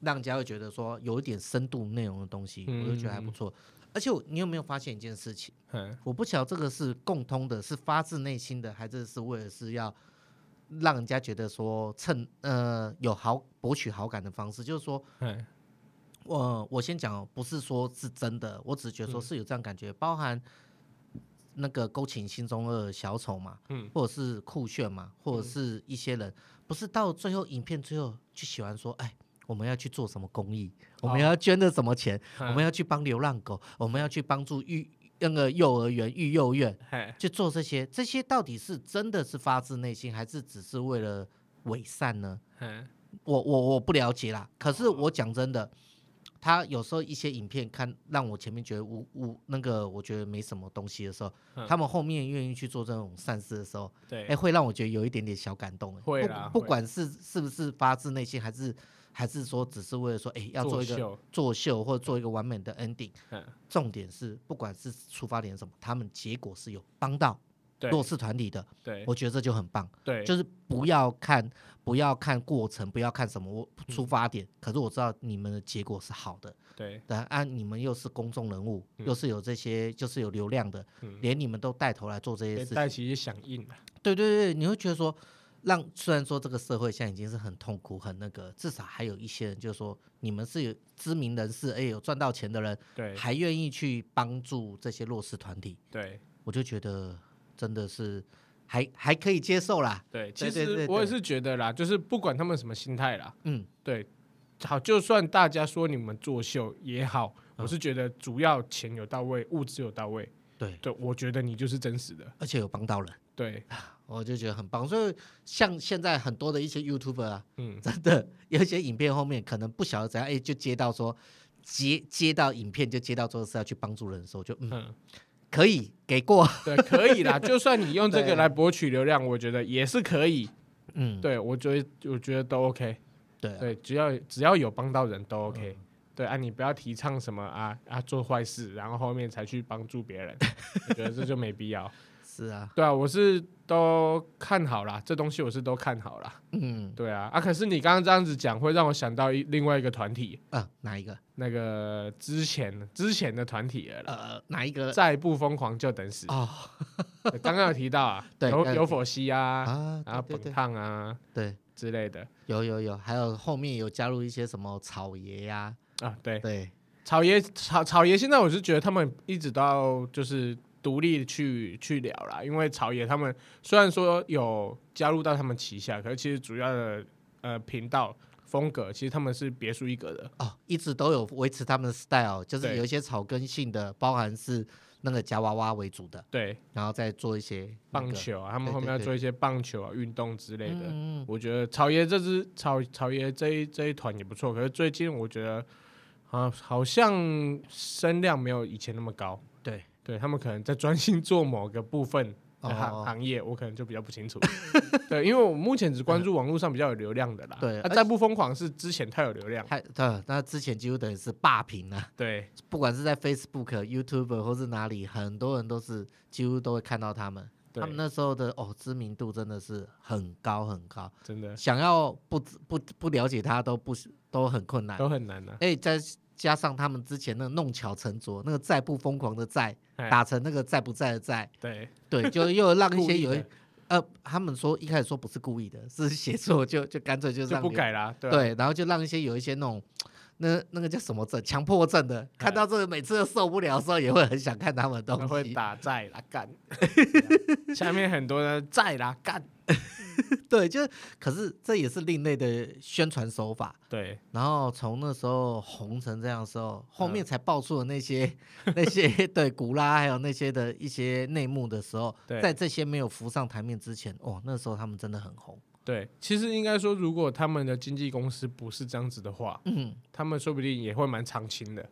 让人家会觉得说有一点深度内容的东西，我就觉得还不错。而且我你有没有发现一件事情？
嗯
我不晓得这个是共通的，是发自内心的，还是是为了是要让人家觉得说趁呃有好博取好感的方式，就是说
嗯
我、我先讲哦，不是说是真的，我只是觉
嗯
得说是有这样感觉，包含那个勾起你心中的小丑嘛，
嗯，
或者是酷炫嘛，或者是一些人，不是到最后影片最后去喜欢说，哎，我们要去做什么公益，我们
哦
要捐的什么钱，
嗯
我们要去帮流浪狗，我们要去帮助育那个幼儿园、育幼院，
嗯嘿，
去做这些，这些到底是真的是发自内心，还是只是为了伪善呢？
嗯
我我我不了解啦。可是我讲真的，他有时候一些影片看让我前面觉得无无那个我觉得没什么东西的时候，
嗯
他们后面愿意去做这种善事的时候，
对
哎、，会让我觉得有一点点小感动、哎
会
不
啦
不
会
管是是不是发自内心，还是还是说只是为了说，哎、要做一个
秀，
作秀或者做一个完美的 ending。
嗯，
重点是，不管是出发点是什么，他们结果是有帮到
对
弱势团体的，
对
我觉得这就很棒。
对，
就是不要看，不要看过程，不要看什么我
嗯
出发点，可是我知道你们的结果是好的。
对
但啊，你们又是公众人物，
嗯
又是有这些，就是有流量的，
嗯
连你们都带头来做这些
也
事
带
情。
起一些响应啊，
对对对，你会觉得说，让虽然说这个社会现在已经是很痛苦、很那个，至少还有一些人就是说，你们是有知名人士，哎，有赚到钱的人，
对
还愿意去帮助这些弱势团体，
对
我就觉得真的是还还可以接受啦。
对，其
对对
实
对
我也
对
是觉得啦，就是不管他们什么心态啦，
嗯，
对，好，就算大家说你们作秀也好，
嗯
我是觉得主要钱有到位，物资有到位，
对，
对我觉得你就是真实的，
而且有帮到人。 <laughs>
对，
我就觉得很棒。所以像现在很多的一些 YouTuber 啊，
嗯，
真的有一些影片后面可能不晓得怎样，哎，就接到说接接到影片就接到说是要去帮助人的时候，就嗯
嗯，
可以给过，
对，可以啦，就算你用这个
对
来博取流量，我觉得也是可以，
嗯，
对我觉得我觉得都 OK，
对啊
<laughs>
嗯
对，只要只要有帮到人都 OK。对啊，你不要提倡什么啊啊做坏事，然后后面才去帮助别
<laughs>
人，我觉得这就没必要。
是啊，
对啊，我是都看好啦，这东西我是都看好啦。
嗯
对啊，啊，可是你刚刚这样子讲，会让我想到一另外一个团体，
啊，哪一个？
那个之前之前的团体了啦，
呃，哪一个？
再不疯狂就等死。
哦
对刚刚有提到啊，
<laughs> 对
有
刚刚有
有
提
否西啊，
啊，
然后
对
本
对对
烫啊
对，
之类的
有有有，还有后面有加入一些什么草爷呀、
啊，对，
对，
草爷草草爷，现在我是觉得他们一直到就是独立去去聊啦，因为草爷他们虽然说有加入到他们旗下，可是其实主要的呃频道风格，其实他们是别树一格的。
哦，一直都有维持他们的 style，就是
对
有一些草根性的，包含是那个夹娃娃为主的，
对
然后再做一些、那个
棒球啊，他们
对
后面
对
要
对
做一些棒球啊、运动之类的。
嗯嗯
我觉得草爷这支草草爷这一这一团也不错，可是最近我觉得啊，好像声量没有以前那么高。
对
<laughs> 对他们可能在专心做某个部分，的行
哦
行业，我可能就比较不清楚。 <laughs> 对，因为我目前只关注网络上比较有流量的啦。
<laughs> 对
啊
而且
再不疯狂是之前太有流量。
他他那之前几乎等于是霸屏啊， <laughs>
对，
不管是在 Facebook、YouTube 或是哪里，很多人都是几乎都会看到他们。
对
他们那时候的哦知名度真的是很高很高，
真的
想要不知不不了解他都不是都很困难。
都很难啊。
哎，再加上他们之前那个弄巧成拙，那个再不疯狂的再
哎
打成那个在不在的在，
对，
对，就又让
<laughs>
一
故
些
意
有一
的
呃，他们说一开始说不是故意的，是写错就就干脆就
就
让
不
你
改啦。对啊，
对，然后就让一些有一些那种。那那个叫什么症？强迫症的，
哎
看到这个每次都受不了的时候，也会很想看他们的
那
东
会
西。
打在啦干。 <laughs> 下面很多人在啦干。
<laughs> 对，就是，可是这也是另类的宣传手法。
对，
然后从那时候红成这样的时候，后
嗯
面才爆出了那些、那
<laughs>
些对古拉，还有那些的一些内幕的时候，
对
在这些没有浮上台面之前，哦，那时候他们真的很红。
对，其实应该说，如果他们的经纪公司不是这样子的话，
嗯，
他们说不定也会蛮长青的。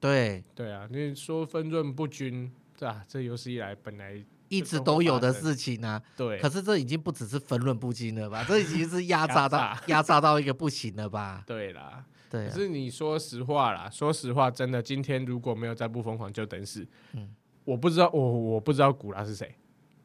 对，
对啊，你说分润不均，对啊，这有史以来本来
一
这
直
都会
都有
发
的
生
事情啊。
对
可是这已经不只是分论不
<laughs>
均了吧？这已经是压榨到压榨到一个不行了吧？
对啦。
对、
可
啊，
是你说实话啦，说实话，真的，今天如果没有再不疯狂，就等死。
嗯
我不知道，我我不知道古拉是谁。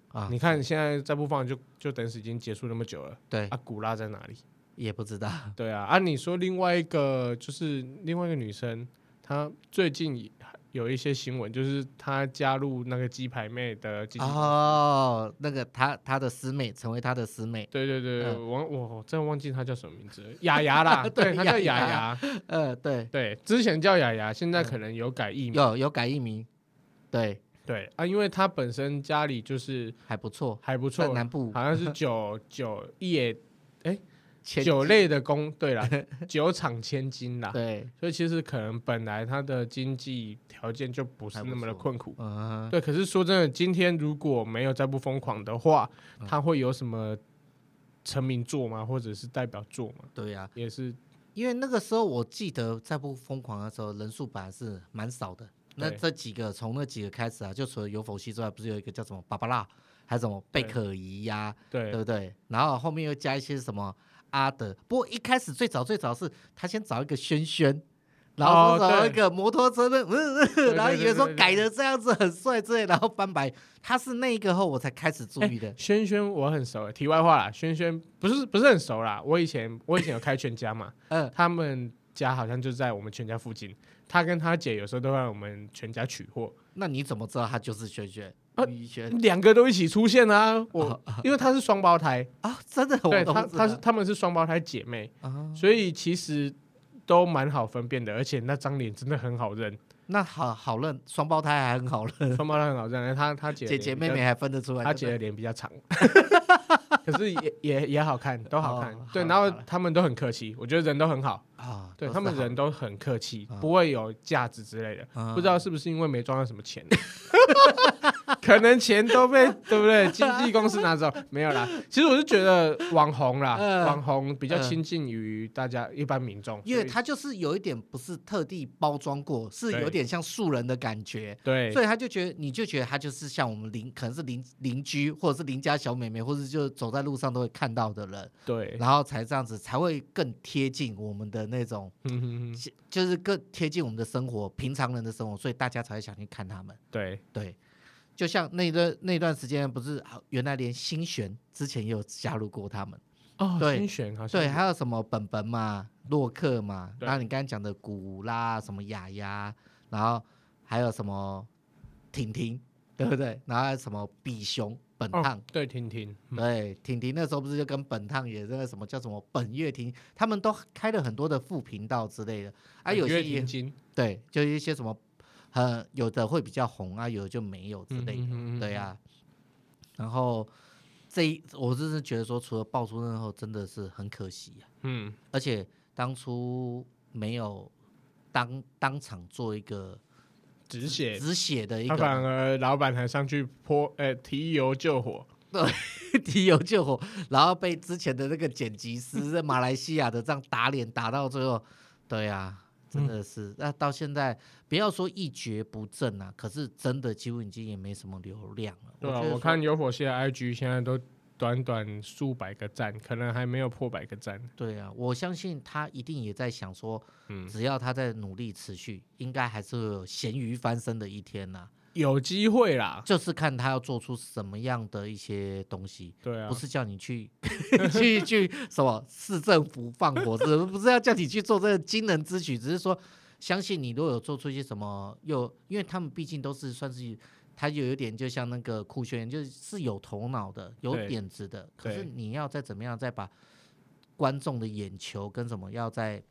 啊，
你看现在再不放就就等死，已经结束那么久了
对，
啊，古拉在哪里？
也不知道。
对啊，啊，你说另外一个就是另外一个女生，她最近有一些新闻，就是她加入那个鸡排妹的经纪公司
哦，那个他他的师妹成为他的师
<laughs>
妹，
对对对，
嗯
我我我真的忘记她叫什么名字了，雅雅啦，
<laughs> 对
对，她叫
雅
雅
雅
雅，
呃，对，
对，之前叫雅雅，现在可能有改艺名，
有有改艺名，对，
对啊，因为她本身家里就是
还不错，
还不
在
错，
南部
好像是酒酒
<laughs>
业
前
酒啊类的工，对啦，酒厂千金啦，
对，
所以其实可能本来她的经济条件就不是
还不
那么的
错
困苦，
嗯，
对，可是说真的，今天如果没有再不疯狂的话，
嗯
她会有什么成名作吗？或者是代表作吗？
对呀、
也是
因为那个时候我记得在不疯狂的时候，人数本来是蛮少的。那
对
这几个从那几个开始啊，就除了有否西之外，不是有一个叫什么芭芭拉，还有什么贝
对
可怡呀、
对
对不对？然后后面又加一些什么阿德，不过一开始最早最早是他先找一个轩轩，然后
哦
说找一
对
个摩托车的，嗯 <laughs> 嗯，
对
然后以为
对
说
对
改的这样子很帅之类，然后翻白，他是那一个后我才开始注意的。
轩轩我很熟，欸题外话啦，轩轩不是不是很熟啦。我以前我以前有开全家嘛，
<laughs> 嗯
他们家好像就在我们全家附近。他跟他姐有时候都会来我们全家取货，
那你怎么知道他就是轩轩？
啊
于轩
两个都一起出现啊。
哦
我因为他是双胞
<laughs>
胎，
<laughs> 啊，真的，我
对
都
他
不知
他是
道
他们是双胞胎姐妹，
啊，
所以其实都蛮好分辨的，而且那张脸真的很好认，
那好好认，双胞胎还很好 <laughs> 认，
双胞胎很好认。他他姐的
姐
脸
姐
比
妹
较
妹还分得出来。
他
对
姐
不
的
对
脸比较
<laughs>
长，可是也也也好看，都好看
哦。
对，
好
然后
好
他们都很客气，我觉得人都很好，
啊，
对
都
他
是
们
好
人都很客气
嗯，
不会有架子之类的。
嗯
不知道是不是因为没赚到什么钱， <laughs> 可能钱都
<laughs>
被对不对经纪公司拿走，没有啦。其实我是觉得网红啦，
嗯
网红比较
嗯
亲近于大家一般民众，
因为
所以
他就是有一点不是特地包装过，是有
对
点像素人的感觉，
对
所以他就觉得你就觉得他就是像我们邻，可能是邻邻居或者是邻家小妹妹，或者就走在路上都会看到的人，
对，
然后才这样子才会更贴近我们的那种，
嗯 <laughs> 哼哼
就是更贴近我们的生活，平常人的生活，所以大家才会想去看他们。
对
对，就像那段那段时间不是啊原来连新璇之前也有加入过他们。
哦，
对
新选好像
对，
是
还有什么本本嘛、洛克嘛，
对
然后你刚才讲的古啦、什么雅雅，然后还有什么婷婷， <laughs> 对不对？然后还有什么比熊、本烫，
哦对婷婷，嗯
对，婷婷那时候不是就跟本烫也那个什么叫什么本月婷，他们都开了很多的副频道之类的，啊，有
月
些也
婷金
对，就是一些什么，呃，有的会比较红啊，有的就没有之
嗯
类的。
哼哼哼
对啊呀、然后这一我真是觉得说，除了爆出那后，真的是很可惜啊。
嗯。
而且当初没有当当场做一个
止血，
止血的一
他反
<laughs> 个
而老板还上去泼，呃，提油救火，
提油救火，然后被之前的那个剪辑师在马来西亚的这样打脸打到最后，对呀、啊真的
嗯
是。那、到现在，不要说一蹶不振啊，可是真的几乎已经也没什么流量了。
对啊，
觉得
我
说
看有火系的 IG 现在都短短数百个赞，可能还没有破百个赞。
对啊，我相信他一定也在想说，
嗯
只要他在努力持续，应该还是会有咸鱼翻身的一天呐、
有机会啦，
就是看他要做出什么样的一些东西，
对啊
不，是叫你去 <laughs> 去去什么市政府放火，是不是要叫你去做这个惊人之举？只是说，相信你如果有做出一些什么，又因为他们毕竟都是算是。他就有点就像那个酷炫，就是是有头脑的、有
对
点子的，可是
对
你要再怎么样，再把观众的眼球跟什么要再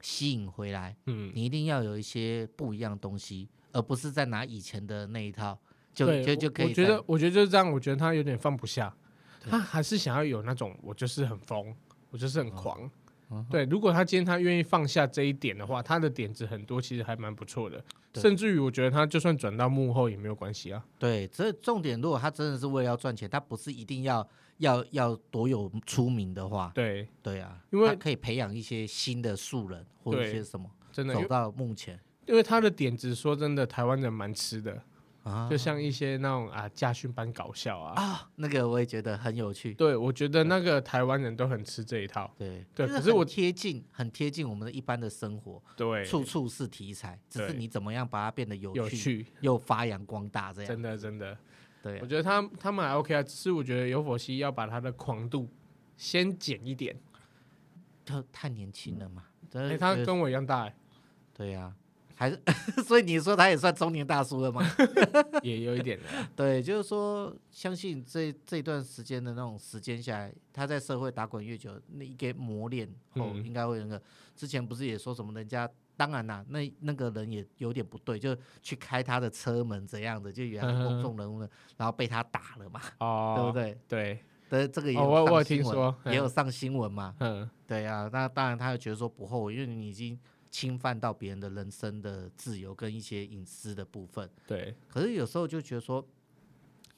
吸引回来，
嗯，
你一定要有一些不一样的东西，而不是再拿以前的那一套，就
对，
就
我
就可以
我觉
再
得，我觉得就是这样，我觉得他有点放不下，
对
他还是想要有那种我就是很疯，我就是很狂。
嗯哼
对，如果他今天他愿意放下这一点的话，他的点子很多，其实还蛮不错的。
对
甚至于我觉得他就算转到幕后也没有关系啊。
对，这重点，如果他真的是为了要赚钱，他不是一定要要要多有出名的话，
对，
对啊，
因为
他可以培养一些新的素人或者
对
一些什么，
真的，因
走
为
到目前
因为他的点子，说真的，台湾人蛮吃的，
啊
就像一些那种啊驾训班搞笑啊。
啊，那个我也觉得很有趣，
对，我觉得那个台湾人都很吃这一套。
对
对
就
可是
很
我
贴近很贴近我们的一般的生活，
对，
处处是题材，只是
对
你怎么样把它变得有
有
趣
趣，
又发扬光大这样，
真的真的。
对
我
啊
觉得他他们还 OK 啊，只是我觉得尤佛西要把他的狂度先减一点。
他太年轻了嘛，
哎、
真的
他
觉得
跟我一样大、欸，
对呀、还是 <laughs> 所以你说他也算中年大叔了吗？
也有一点的啊。
<laughs> 对，就是说，相信这这段时间的那种时间下来，他在社会打滚越久，那一个磨练后，
嗯
应该会有那个。之前不是也说什么人家？当然啦，那那个人也有点不对，就去开他的车门怎样的，就原来
嗯哼
公众人物呢，然后被他打了嘛，
哦，
<laughs> 对不？对？
对，
对，这个也有
哦我
上
我有
新
听
闻
说
也有上新闻嘛。
嗯，
对啊，那当然他就觉得说不后悔，因为你已经侵犯到别人的人生的自由跟一些隐私的部分。
对，
可是有时候就觉得说，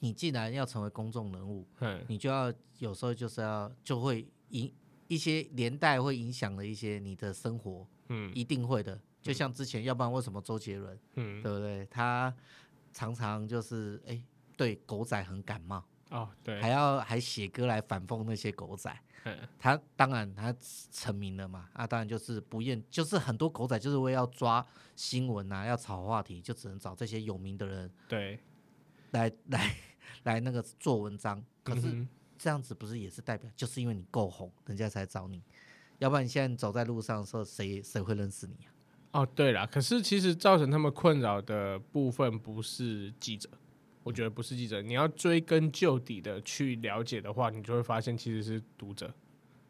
你既然要成为公众人物，
嗯，
你就要有时候就是要就会影一些连带会影响了一些你的生活，
嗯
一定会的。就像之前，要不然为什么周杰伦，
嗯，
对不对？他常常就是哎。对狗仔很感冒，
哦，对
还，要还写歌来反讽那些狗仔。
嗯
他当然他成名了嘛，啊，当然就是不厌，就是很多狗仔就是为要抓新闻啊，要炒话题，就只能找这些有名的人
对，
来 <laughs> 来来那个做文章。可
嗯
是
哼
这样子不是也是代表，就是因为你够红，人家才找你，要不然你现在走在路上的时候，谁谁会认识你啊？
哦，对啦，可是其实造成他们困扰的部分不是记者，我觉得不是记者，你要追根究底的去了解的话，你就会发现其实是读者。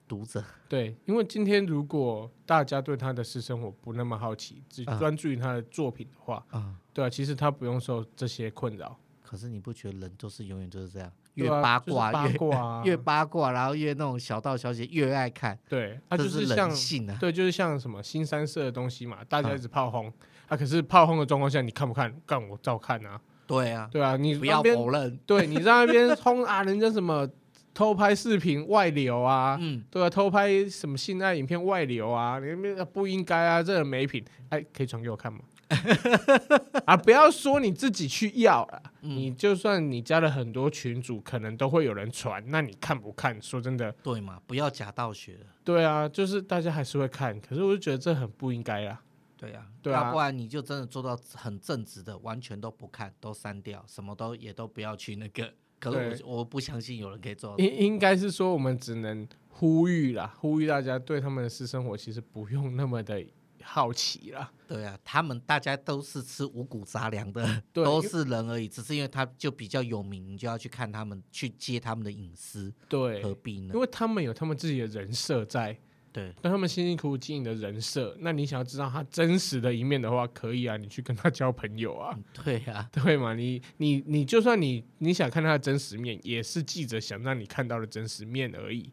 读者
对，因为今天如果大家对他的私生活不那么好奇，只
啊
专注于他的作品的话，
啊、
对啊，其实他不用受这些困扰，
可是你不觉得人就是永远就是这样，
对
越
啊
八
就是
卦、
八
越
卦啊，
<laughs> 越八卦，然后越那种小道消息越爱看，
<laughs> 对，他
这
就是像
人性啊。
对，就是像什么新三社的东西嘛，大家一直炮轰啊，可是炮轰的状况下，你看不看？干我照看啊，
对啊，
对啊，你
不
那
要
边
否认。
对你在那边轰啊，人家什么偷拍视频外流啊。
嗯，
对啊，偷拍什么性爱影片外流啊？你那边不应该啊，这很没品。哎，可以传给我看吗？啊，不要说你自己去要了，你就算你加了很多群主，可能都会有人传。那你看不看？说真的，
对嘛，不要假道学了。
对啊，就是大家还是会看，可是我就觉得这很不应该啦。
对啊，
对啊
要不然你就真的做到很正直的，完全都不看，都删掉，什么都也都不要去那
<laughs>
个。可是
对
我我不相信有人可以做到。
应应该是说我们只能呼吁啦，呼吁大家对他们的私生活其实不用那么的好奇啦。
对啊，他们大家都是吃五谷杂粮的，
<laughs> 对
都
因为
是人而已，只是因为他就比较有名，你就要去看他们，去接他们的隐私，
对，
何必呢
因？为他们有他们自己的人设在，
对
但他们辛辛苦苦经营的人设，那你想要知道他真实的一面的话，可以啊，你去跟他交朋友啊。 <laughs>
对啊，
对嘛？你你你，就算你你想看他的真实面，也是记者想让你看到的真实面而已。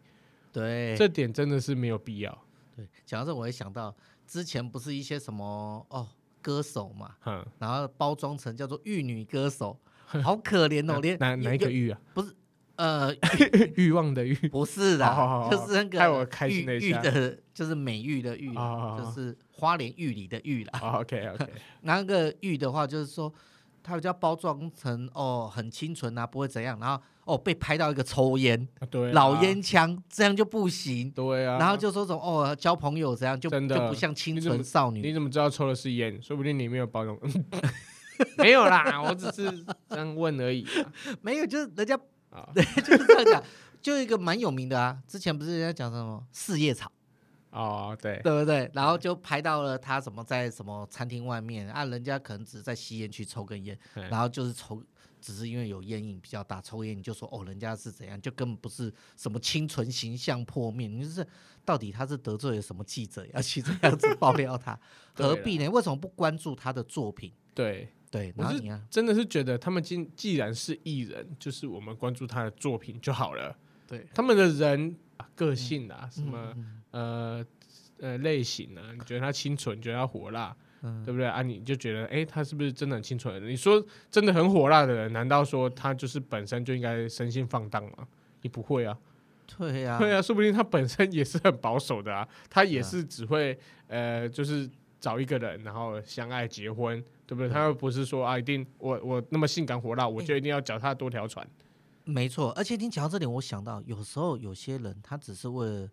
对。
这点真的是没有必要。
对，讲到这我也想到，之前不是一些什么哦歌手嘛， <laughs>
嗯，
然后包装成叫做玉女
<laughs>
歌手，好可怜哦，连
哪哪一个
有
欲啊？ <laughs>
呃
欲望的欲。 <laughs>
不是啦，
好好好好
就是那个
害我开心了一
玉玉
下
的，就是美玉的玉
哦
啊，
好好好
就是花莲玉里的玉啦。
OK
<laughs>
OK，
那个玉的话，就是说它比较包装成哦很清纯啊，不会怎样。然后哦被拍到一个抽烟，
对啊，
老烟枪，这样就不行。
对啊，
然后就说什么哦交朋友怎样，就
真的
就不像清
你怎么
纯少女。
你怎么知道抽的是烟？说不定里面有包
<laughs>
装。没有啦，我只是这样问而已啊
没有，就是人家
啊。
<laughs> 就是这样讲，就一个蛮有名的啊。之前不是人家讲什么四叶草，
哦，对，
对不对？然后就拍到了他什么在什么餐厅外面啊，人家可能只是在吸烟区抽根烟，
嗯
然后就是抽，只是因为有烟瘾比较大，抽烟你就说哦，人家是怎样，就根本不是什么清纯形象破灭，你就是到底他是得罪了什么记者，要去这样子爆料他，
对啊
何必呢？为什么不关注他的作品？
对，
对，
我
然后
是
你啊，
真的是觉得他们既既然是艺人，就是我们关注他的作品就好了。
对，
他们的人、啊个性啊，什
嗯
么、
嗯
呃呃类型啊，你觉得他清纯，觉得他火辣，
嗯
对不对啊？你就觉得哎、诶他是不是真的很清纯的人？你说真的很火辣的人，难道说他就是本身就应该生性放荡吗？你不会啊，
对呀、
对啊，说不定他本身也是很保守的
<laughs>
啊，他也
啊
是只会呃，就是找一个人，然后相爱结婚，对不对？他又不是说啊，一定我我那么性感火辣，我就一定要脚踏多条船。
没错，而且你讲到这点，我想到有时候有些人他只是为了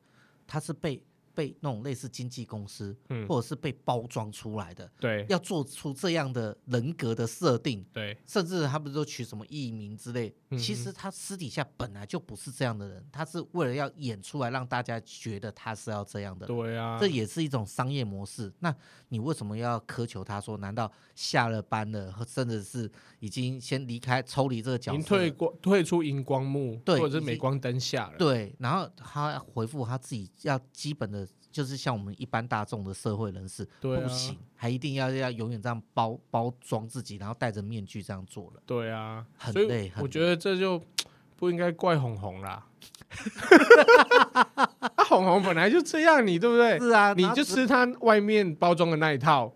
他是被被那种类似经纪公司，
嗯
或者是被包装出来的，
对
要做出这样的人格的设定，
对
甚至他不是都取什么艺名之类，
嗯
其实他私底下本来就不是这样的人，他是为了要演出来让大家觉得他是要这样的人。
对啊
这，也是一种商业模式。那你为什么要苛求他说？难道下了班了，或甚至是已经先离开、抽离这个角色
您
了？
退光退出荧光幕，
对
或者是
已
镁
经
光灯下了。
对，然后他回复他自己要基本的，就是像我们一般大众的社会人士，
对啊
不行，还一定要要永远这样包包装自己，然后戴着面具这样做人。
对啊，
很
所以
累很
我
累
觉得这就不应该怪红红
<laughs>
啦。啊，红红本来就这样，你对不对？
是啊，
你
然后
就
只
吃他外面包装的那一套，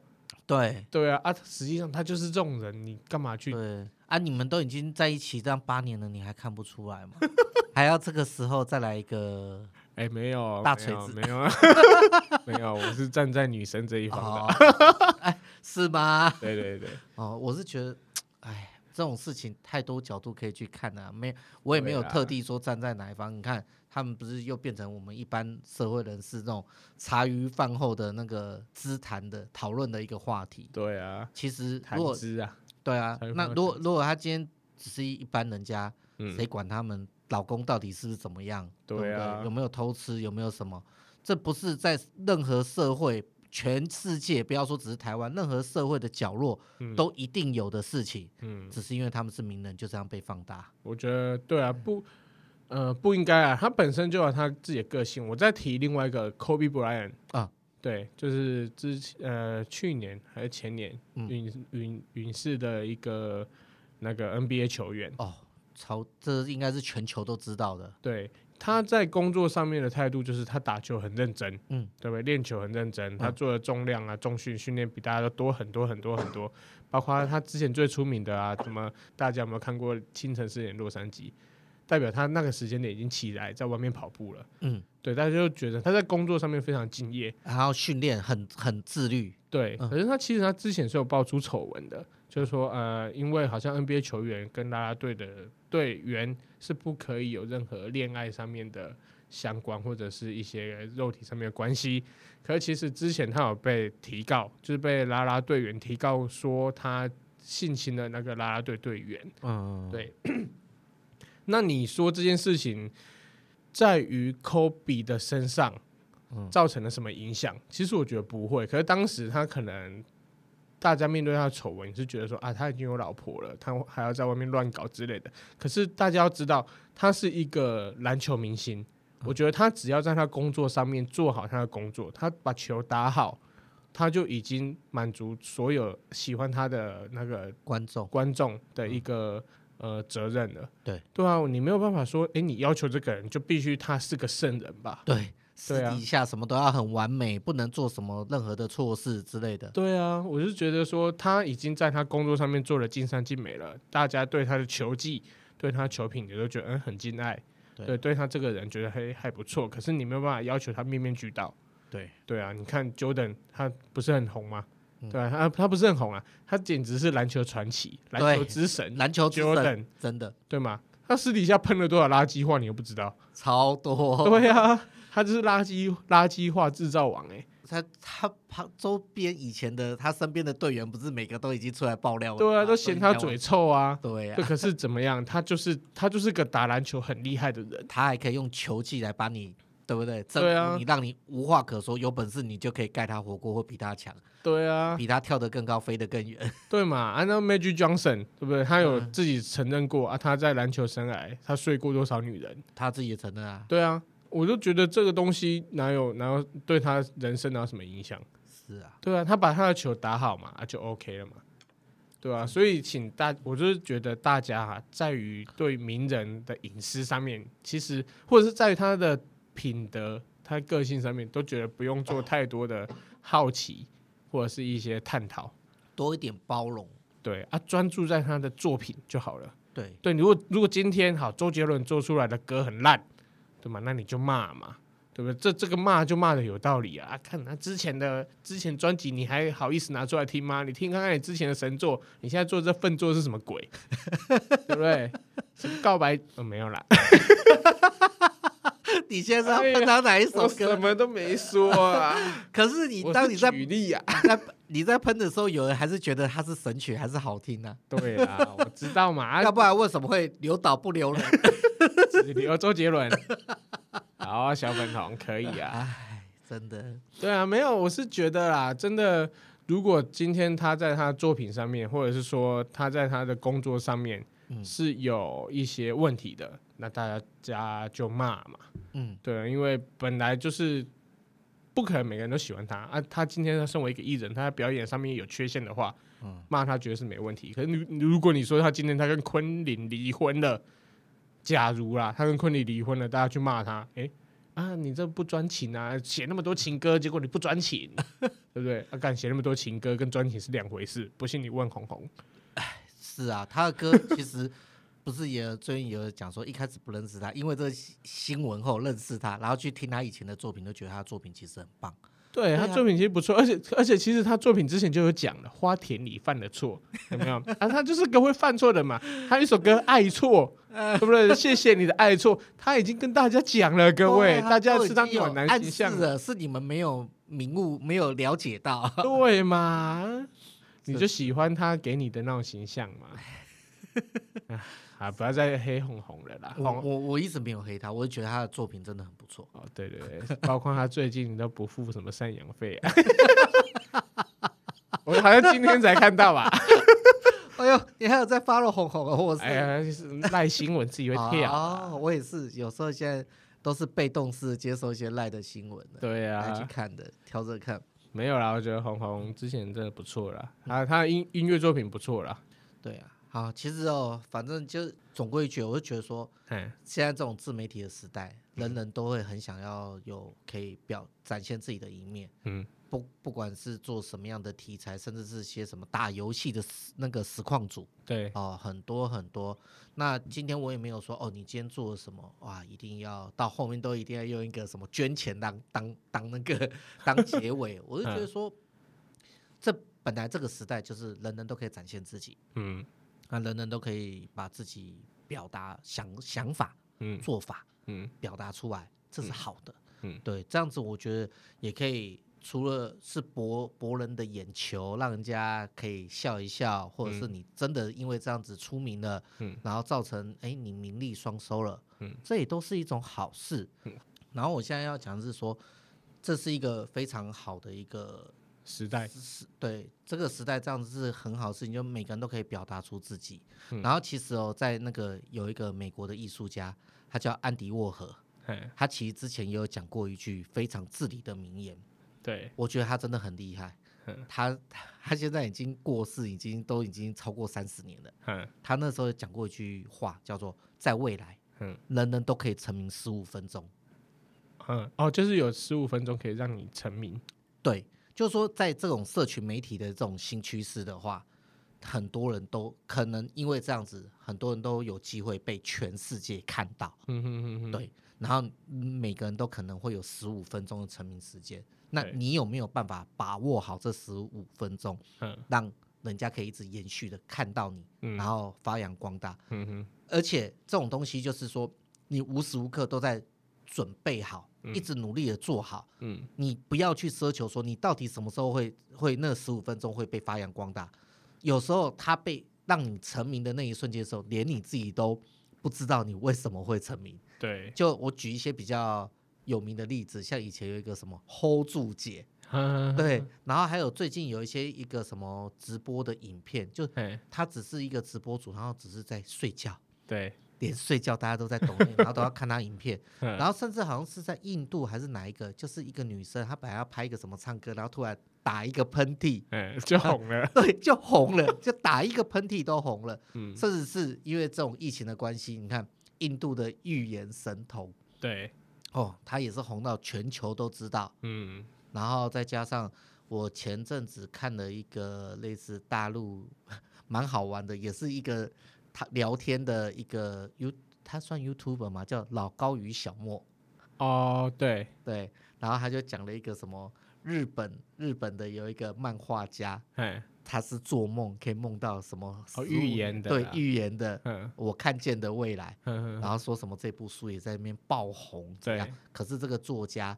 对
对啊啊！实际上他就是这种人，你干嘛去？
对啊，你们都已经在一起这样八年了，你还看不出来吗？ <laughs> 还要这个时候再来一个
哎、没有
大
没
锤
有
子
没有 <laughs> 啊没有，我是站在女生这一方 <laughs> 的。
哦，哎，是吗？
对对对，
哦，我是觉得，哎，这种事情太多角度可以去看啊，没，我也没有
对啊
特地说站在哪一方。你看，他们不是又变成我们一般社会人士那种茶余饭后的那个资谈的讨论的一个话题。
对啊，
其实，
谈
如果
资啊，
对啊
茶余，饭
那
后
如果如果他今天只是一般人家，
嗯，
谁管他们老公到底是不是怎么样？
对
不对
啊
有没有偷吃？有没有什么？这不是在任何社会、全世界，不要说只是台湾，任何社会的角落
嗯
都一定有的事情。
嗯，
只是因为他们是名人，就这样被放大。
我觉得对啊，不，呃，不应该啊，他本身就有他自己的个性。我再提另外一个 Kobe Bryant
啊，
对，就是之前呃去年还是前年
嗯
云云云氏的一个那个 NBA 球员，
哦，超，这应该是全球都知道的。
对，他在工作上面的态度就是他打球很认真，
嗯，
对不对？练球很认真，他做的重量啊、重训训练比大家都多很多很多很多，包括他之前最出名的啊，什么大家有没有看过《清晨四点洛杉矶》？代表他那个时间点已经起来在外面跑步了，
嗯，
对，大家就觉得他在工作上面非常敬业，
然后训练很很自律。
对，
嗯
可是他其实他之前是有爆出丑闻的，就是说呃，因为好像 NBA 球员跟啦啦队的队员是不可以有任何恋爱上面的相关或者是一些肉体上面的关系。可是其实之前他有被提告，就是被啦啦队员提告说他性侵了那个啦啦队队员。
嗯，
对 <clears throat> 那你说这件事情在于 Kobe 的身上
嗯
造成了什么影响？其实我觉得不会，可是当时他可能大家面对他的丑闻是觉得说啊，他已经有老婆了，他还要在外面乱搞之类的。可是大家要知道，他是一个篮球明星，
嗯
我觉得他只要在他工作上面做好他的工作，他把球打好。他就已经满足所有喜欢他的那个
观众
观众的一个、呃责任了。
嗯对
对啊，你没有办法说，诶，你要求这个人就必须他是个圣人吧？
对，私
对啊
底下什么都要很完美，不能做什么任何的错事之类的。
对啊，我是觉得说他已经在他工作上面做了尽善尽美了，大家对他的球技、对他球品也都觉得嗯很敬爱，
对
对，对他这个人觉得还还不错。可是你没有办法要求他面面俱到，
对，
对啊，你看 Jordan 他不是很红吗？
嗯
对啊，他他不是很红啊，他简直是篮球传奇、篮球
对
之神，
篮球之神
Jordan
真的
对吗？他私底下喷了多少垃圾话，你又不知道？
超 <laughs> 多。
对啊，他就是垃圾垃圾话制造王哎、
他他旁周边以前的他身边的队员，不是每个都已经出来爆料了吗？
对啊，都嫌他
哦应该
嘴
忘。
臭啊。
对
对，
啊，
可是怎么样？他就是他就是个打篮球很厉害的人，
他还可以用球技来把你，对不对？证
对
明
啊
你让你无话可说，有本事你就可以盖他火锅或比他强，
对啊，
比他跳得更高，飞得更远。 <laughs>
对嘛？按照 Magic Johnson 对不对？他有
嗯
自己承认过啊，他在篮球生涯他睡过多少女人？
他自己也承认啊，
对啊，我就觉得这个东西哪有哪有对他人生哪有什么影响？
是啊，
对啊，他把他的球打好嘛，啊就 OK 了嘛，对啊，所以请大，我就是觉得大家哈、在于对名人的隐私上面，其实或者是在于他的品德、他个性上面，都觉得不用做太多的好奇或者是一些探讨，
多一点包容。
对啊，专注在他的作品就好了。 <laughs>
对，
对，如果如果今天好，周杰伦做出来的歌很烂，对吗？那你就骂嘛，对不对？这这个骂就骂的有道理啊！啊看他之前的之前专辑，你还好意思拿出来听吗？你听看看你之前的神作，你现在做这份作是什么鬼？ <laughs> 对不对？什么告白？呃，没有啦，
你现在是要喷他哪一首
<laughs> 哎我什
歌？
么都没说啊。
可是你
我
当
是
你在
举例 <laughs> 啊，
你在你在喷的时候，有人还是觉得它是神曲，还是好听呢、
对啦，我知道嘛，啊
要不然为什么会留岛不留人？ <laughs>
只留周杰伦。好啊，小粉红可以啊。
哎，真的，
对啊，没有，我是觉得啦，真的，如果今天他在他的作品上面，或者是说他在他的工作上面、
嗯
是有一些问题的，那大家就骂嘛。
嗯，
对啊，因为本来就是不可能每个人都喜欢他啊。他今天他身为一个艺人，他在表演上面有缺陷的话，
嗯
骂他绝对是没问题。可是如如果你说他今天他跟昆凌离婚了，假如啦，他跟昆凌离婚了，大家去骂他，诶啊，你这不专情啊，写那么多情歌，结果你不专情， <laughs> 对不对？啊，敢写那么多情歌跟专情是两回事，不信你问红红。
是啊，他的歌其实不是也最近有人讲说，一开始不认识他，因为这个新新闻后认识他，然后去听他以前的作品，就觉得他的作品其实很棒。
对
啊
他作品其实不错，而且而且其实他作品之前就有讲了，花田里犯的错 <laughs> 有没有？啊，他就是个会犯错的嘛。他有一首歌《爱错》，
嗯
对不对？谢谢你的爱错，他已经跟大家讲了，各位，
对啊
大家
都已
是当
经有
暖男
暗
形
示
象，
了，是你们没有明悟，没有了解
<laughs>
到。
对嘛？
<laughs> 是
你就喜欢他给你的那种形象嘛？
<laughs>
啊，不要再黑红红了啦，
我
红
我我一直没有黑他，我就觉得他的作品真的很不错。 <laughs>
哦，对对对， <laughs> 包括他最近都不付什么赡养费
<laughs>
啊。我好像今天才看到啊吧？
哎呦，你还有在发了红红，我是、
哎呀，就是赖新闻自己会跳。
哦，我也是，有时候现在都是被动式接受一些赖的新闻的，
对
来去
啊，
看的，挑着看。
没有啦，我觉得红红之前真的不错啦，
嗯
他他的音音乐作品不错啦。
对啊，好，其实哦，反正就总归一句，我就觉得说，
嗯，
现在这种自媒体的时代，人人都会很想要有可以表展现自己的一面。
嗯，
不不管是做什么样的题材，甚至是些什么打游戏的实那个实况组，
对，
哦，很多很多。那今天我也没有说哦，你今天做了什么哇，一定要到后面都一定要用一个什么捐钱当当当那个当结尾。我就觉得说，这本来这个时代就是人人都可以展现自己，
嗯
啊，人人都可以把自己表达想想法、
嗯
做法
嗯，
表达出来，这是好的。
嗯
对，这样子我觉得也可以。除了是博博人的眼球，让人家可以笑一笑，或者是你真的因为这样子出名了，
嗯
然后造成哎你名利双收了，
嗯
这也都是一种好事。然后我现在要讲的是说，这是一个非常好的一个
时代，
时对这个时代这样子是很好的事情，就每个人都可以表达出自己。
嗯
然后其实哦，在那个有一个美国的艺术家，他叫安迪沃荷，
哎，
他其实之前也有讲过一句非常至理的名言，
对，
我觉得他真的很厉害
嗯。
他 <laughs> 他现在已经过世，已经都已经超过三十年了。
嗯
他那时候讲过一句话，叫做“在未来，
嗯
人人都可以成名十五分钟
嗯，哦，就是有十五分钟可以让你成名。”。
对，就是说，在这种社群媒体的这种新趋势的话，很多人都可能因为这样子，很多人都有机会被全世界看到。
嗯哼哼哼，
对，然后每个人都可能会有十五分钟的成名时间，那
对
你有没有办法把握好这十五分钟，
嗯
让人家可以一直延续的看到你，
嗯
然后发扬光大？
嗯哼，
而且这种东西就是说，你无时无刻都在准备好，一直努力的做好。
嗯
你不要去奢求说你到底什么时候会会那十五分钟会被发扬光大。有时候它被让你成名的那一瞬间的时候，连你自己都不知道你为什么会成名。
对，
就我举一些比较有名的例子，像以前有一个什么 hold 住姐，
嗯，
<laughs> 对，然后还有最近有一些一个什么直播的影片，就
嘿
她只是一个直播主，然后只是在睡觉。
对，
连睡觉大家都在抖音，然后都要看她影片，
嗯
然后甚至好像是在印度还是哪一个，就是一个女生，她本来要拍一个什么唱歌，然后突然打一个喷嚏，
哎，就
呃
红了，
对，就红了，就打一个喷嚏都红了，
嗯，
甚至是因为这种疫情的关系，你看印度的预言神童
对，
哦，她也是红到全球都知道，
嗯
然后再加上我前阵子看了一个类似大陆 <laughs> 蛮好玩的，也是一个他聊天的一个 You，他算 YouTuber 嘛，叫老高与小莫，
哦，对，
对，然后他就讲了一个什么日本日本的有一个漫画家，
哎，
他是做梦可以梦到什么
哦
15
预言的
对
啦
预言的
嗯
我看见的未来，
嗯
然后说什么这部书也在那边爆红，怎
对
样？可是这个作家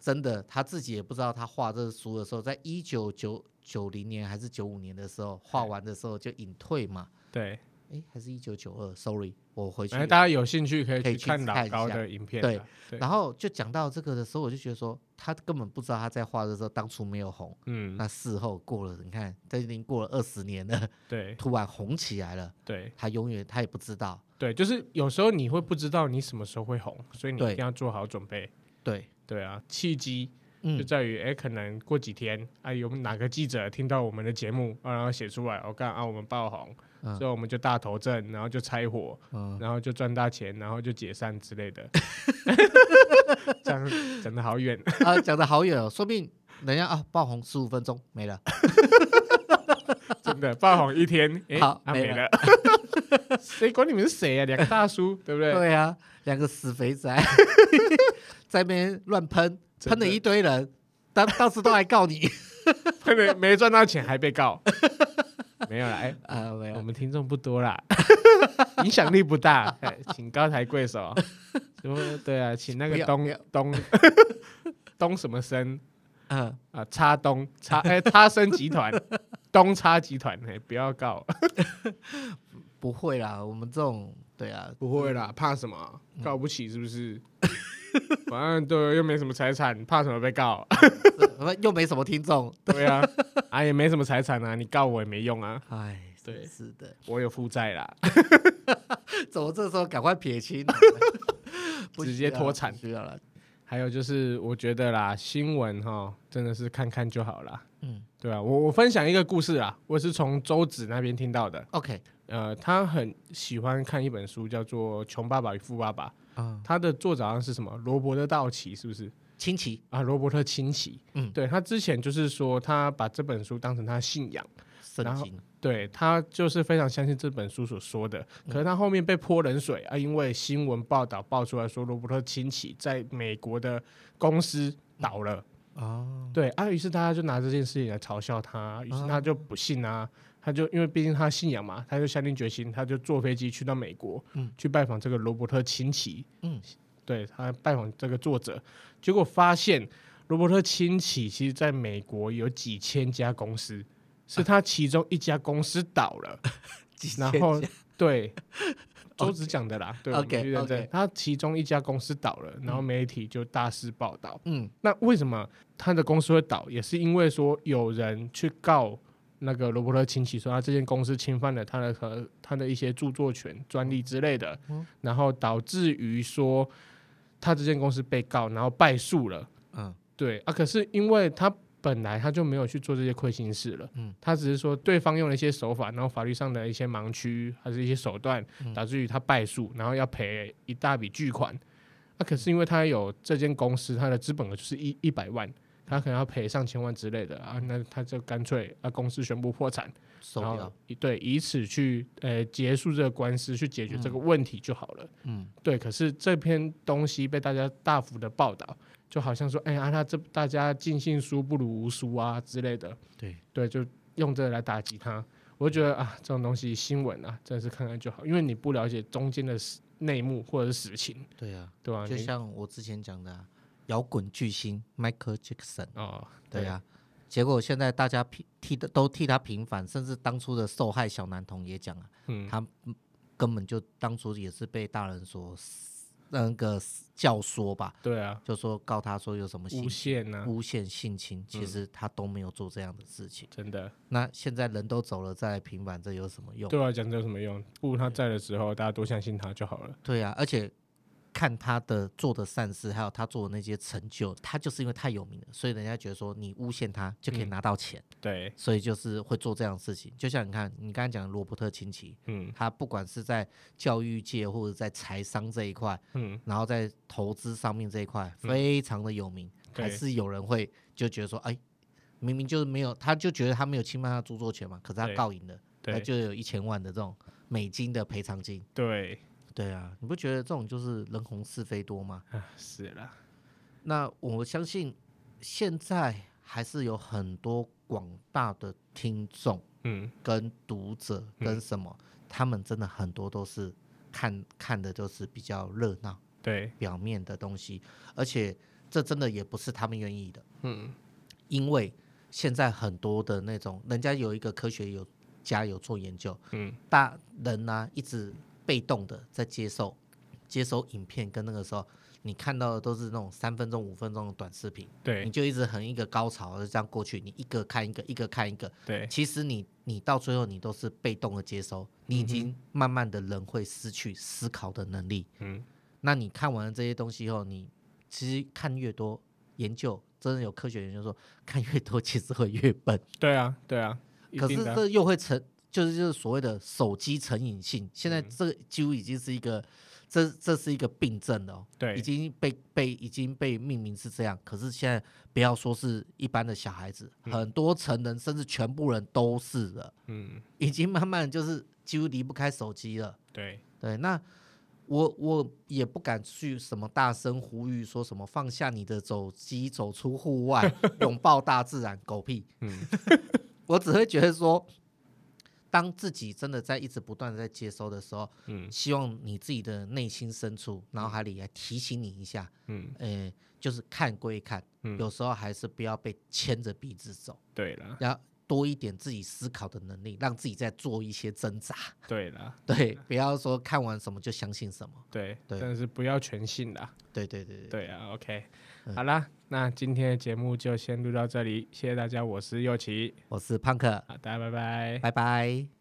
真的他自己也不知道，他画这个书的时候，在一九九九零年还是九五年的时候，画完的时候就隐退嘛，
对，
诶，还是一九九二？Sorry，我回去。
哎，大家有兴趣可以
可以
去
去
看老
看一
高
下
的影片
对
啊，对，
然后就讲到这个的时候，我就觉得说，他根本不知道他在画的时候当初没有红，
嗯，
那事后过了，你看，这已经过了二十年了，
对
突然红起来了，
对
他永远他也不知道，
对，就是有时候你会不知道你什么时候会红，所以你一
对
定要做好准备。
对，
对啊，契机
嗯
就，在于，哎、可能过几天，啊，有哪个记者听到我们的节目，啊、然后写出来，我、干啊，我们爆红，
嗯
所以我们就大头阵，然后就拆伙，
嗯
然后就赚大钱，然后就解散之类
<laughs>
的。 <laughs> 这样讲的好远，
啊，讲的好远哦，说不定人家啊爆红十五分钟没了，
<laughs> 真的爆红一天，哎、
好
啊、
没
没了， <laughs> 谁管你们是谁啊？两个大叔，对不对？
对啊，两个死
<laughs>
肥宅在那边乱喷，
真的
喷了一堆人，当当时都来告你
可能没赚到钱还被告， <laughs> 没有啦，哎、
啊，没
我
有，
们听众不多 <laughs> 啦，影响力不大，哎请高抬贵手。什么对啊，请那
不
个
要
东
不要
东 <laughs> 东什么生
嗯，
啊，叉东叉 <laughs> 哎叉生集团，东叉集团哎，不要告，
不会啦，我们这种对啊，
不会啦，怕什么？告不起是不 <laughs> 是？反正对，又没什么财产，怕什么被告？
这又没什么听众，
<laughs> 对啊，啊也没什么财产啊，你告我也没用啊，
哎，真
对
是的，
我有负债啦。
怎么这时候赶快
<laughs>
撇清，不
直
需
接
要
脱产
不需要了，
还有就是，我觉得啦，新闻哈，真的是看看就好啦。
嗯，
对啊，我我分享一个故事啦，我是从周子那边听到的。
，OK，
呃，他很喜欢看一本书，叫做《穷爸爸与富爸爸》，
嗯，
他的作者好像是什么罗伯特·道奇，是不是？
亲戚，
啊，罗伯特·清崎。
嗯
对他之前就是说，他把这本书当成他的信仰。
神
然后
经，
对他就是非常相信这本书所说的，可是他后面被泼冷水啊，因为新闻报道爆出来说罗伯特清崎在美国的公司倒了， <laughs>
哦，
对啊，于是大家就拿这件事情来嘲笑他，于是他就不信啊，他就因为毕竟他信仰嘛，他就下定决心，他就坐飞机去到美国，
嗯
去拜访这个罗伯特清崎，
嗯，
对他拜访这个作者，结果发现罗伯特清崎其实在美国有几千家公司，是
啊
他其中一家公司倒了，
几千
然后
家
<laughs> 对。周子讲的啦，对我们
OK，
去认证
OK
他其中一家公司倒了，然后媒体就大肆报道。
嗯，
那为什么他的公司会倒？也是因为说有人去告那个罗伯特清崎，说他这间公司侵犯了他的和他的一些著作权、专利之类的，
嗯
然后导致于说他这间公司被告，然后败诉了。
嗯，
对啊，可是因为他本来他就没有去做这些亏心事了，
嗯
他只是说对方用了一些手法，然后法律上的一些盲区还是一些手段，导致于他败诉，然后要赔啊一大笔巨款。那、可是因为他有这间公司，他的资本额就是一一百万，他可能要赔上千万之类的啊，那他就干脆啊，公司宣布破产，
收
然
掉
后。以对以此去呃结束这个官司，去解决这个问题就好了。
嗯，
对，可是这篇东西被大家大幅的报道，就好像说，哎、啊，他这大家尽信书不如无书啊之类的，
对，
对，就用这个来打击他。我就觉得啊，这种东西新闻啊，真的是看看就好，因为你不了解中间的实内幕或者是实情，
对啊，
对吧、
就
你
像我之前讲的、啊，摇滚巨星 Michael Jackson，
哦，
对啊，结果现在大家替替都替他平反，甚至当初的受害小男童也讲啊，
嗯
他根本就当初也是被大人所那个教唆吧，
对啊，
就说告他说有什么性
诬陷啊，嗯
诬陷性侵，其实他都没有做这样的事情。
真的，
那现在人都走了，再来平反，这有什么用？
对我来讲这有什么用？不如他在的时候，大家多相信他就好了。
对啊，而且看他的做的善事，还有他做的那些成就，他就是因为太有名了，所以人家觉得说你诬陷他就可
嗯
以拿到钱，
对，
所以就是会做这样的事情。就像你看，你刚才讲的罗伯特清崎，
嗯
他不管是在教育界或者在财商这一块，
嗯，
然后在投资上面这一块非常的有名，
对
还是有人会就觉得说，哎，明明就是没有，他就觉得他没有侵犯他的著作权嘛，可是他
对
告赢了，他
对
就有一千万的这种美金的赔偿金。
对，
对啊，你不觉得这种就是人红是非多吗？
啊是啦，
那我相信现在还是有很多广大的听众
嗯，
跟读者跟什么，他们真的很多都是看看的都是比较热闹
对，
表面的东西，而且这真的也不是他们愿意的，
嗯，
因为现在很多的那种人家有一个科学有家有做研究，
嗯，
大人呢、一直被动的在接受接收影片，跟那个时候你看到的都是那种三分钟、五分钟的短视频，你
对
就一直很一个高潮就这样过去，你一个看一个，一个看一个，
对
其实你你到最后你都是被动的接收，你已经慢慢的人会失去思考的能力。
嗯，
那你看完了这些东西以后，你其实看越多研究，真的有科学研究说，看越多其实会越笨。
对啊对啊， <laughs> 一
可
定
是
的啊
这又会成，就是就是所谓的手机成瘾性，现
嗯
在这个几乎已经是一个，这这是一个病症了、哦，
对
已经被被已经被命名是这样。可是现在不要说是一般的小孩子，很多成人甚至全部人都是了，
嗯
已经慢慢就是几乎离不开手机了。
对
对，那我我也不敢去什么大声呼吁说什么放下你的手机，走出户外，拥抱大自然，狗屁。
嗯
<laughs> 我只会觉得说，当自己真的在一直不断的在接收的时候，
嗯
希望你自己的内心深处、脑海里来提醒你一下，
嗯
呃，就是看归看，
嗯
有时候还是不要被牵着鼻子走，
对啦
要多一点自己思考的能力，让自己再做一些挣扎。
对啦
对，不要说看完什么就相信什么。
对，
对
但是不要全信啦。
对对对对
对啊，OK，好啦，那今天的节目就先录到这里，谢谢大家，我是右奇，
我是胖克，
好，大家拜拜。
拜拜。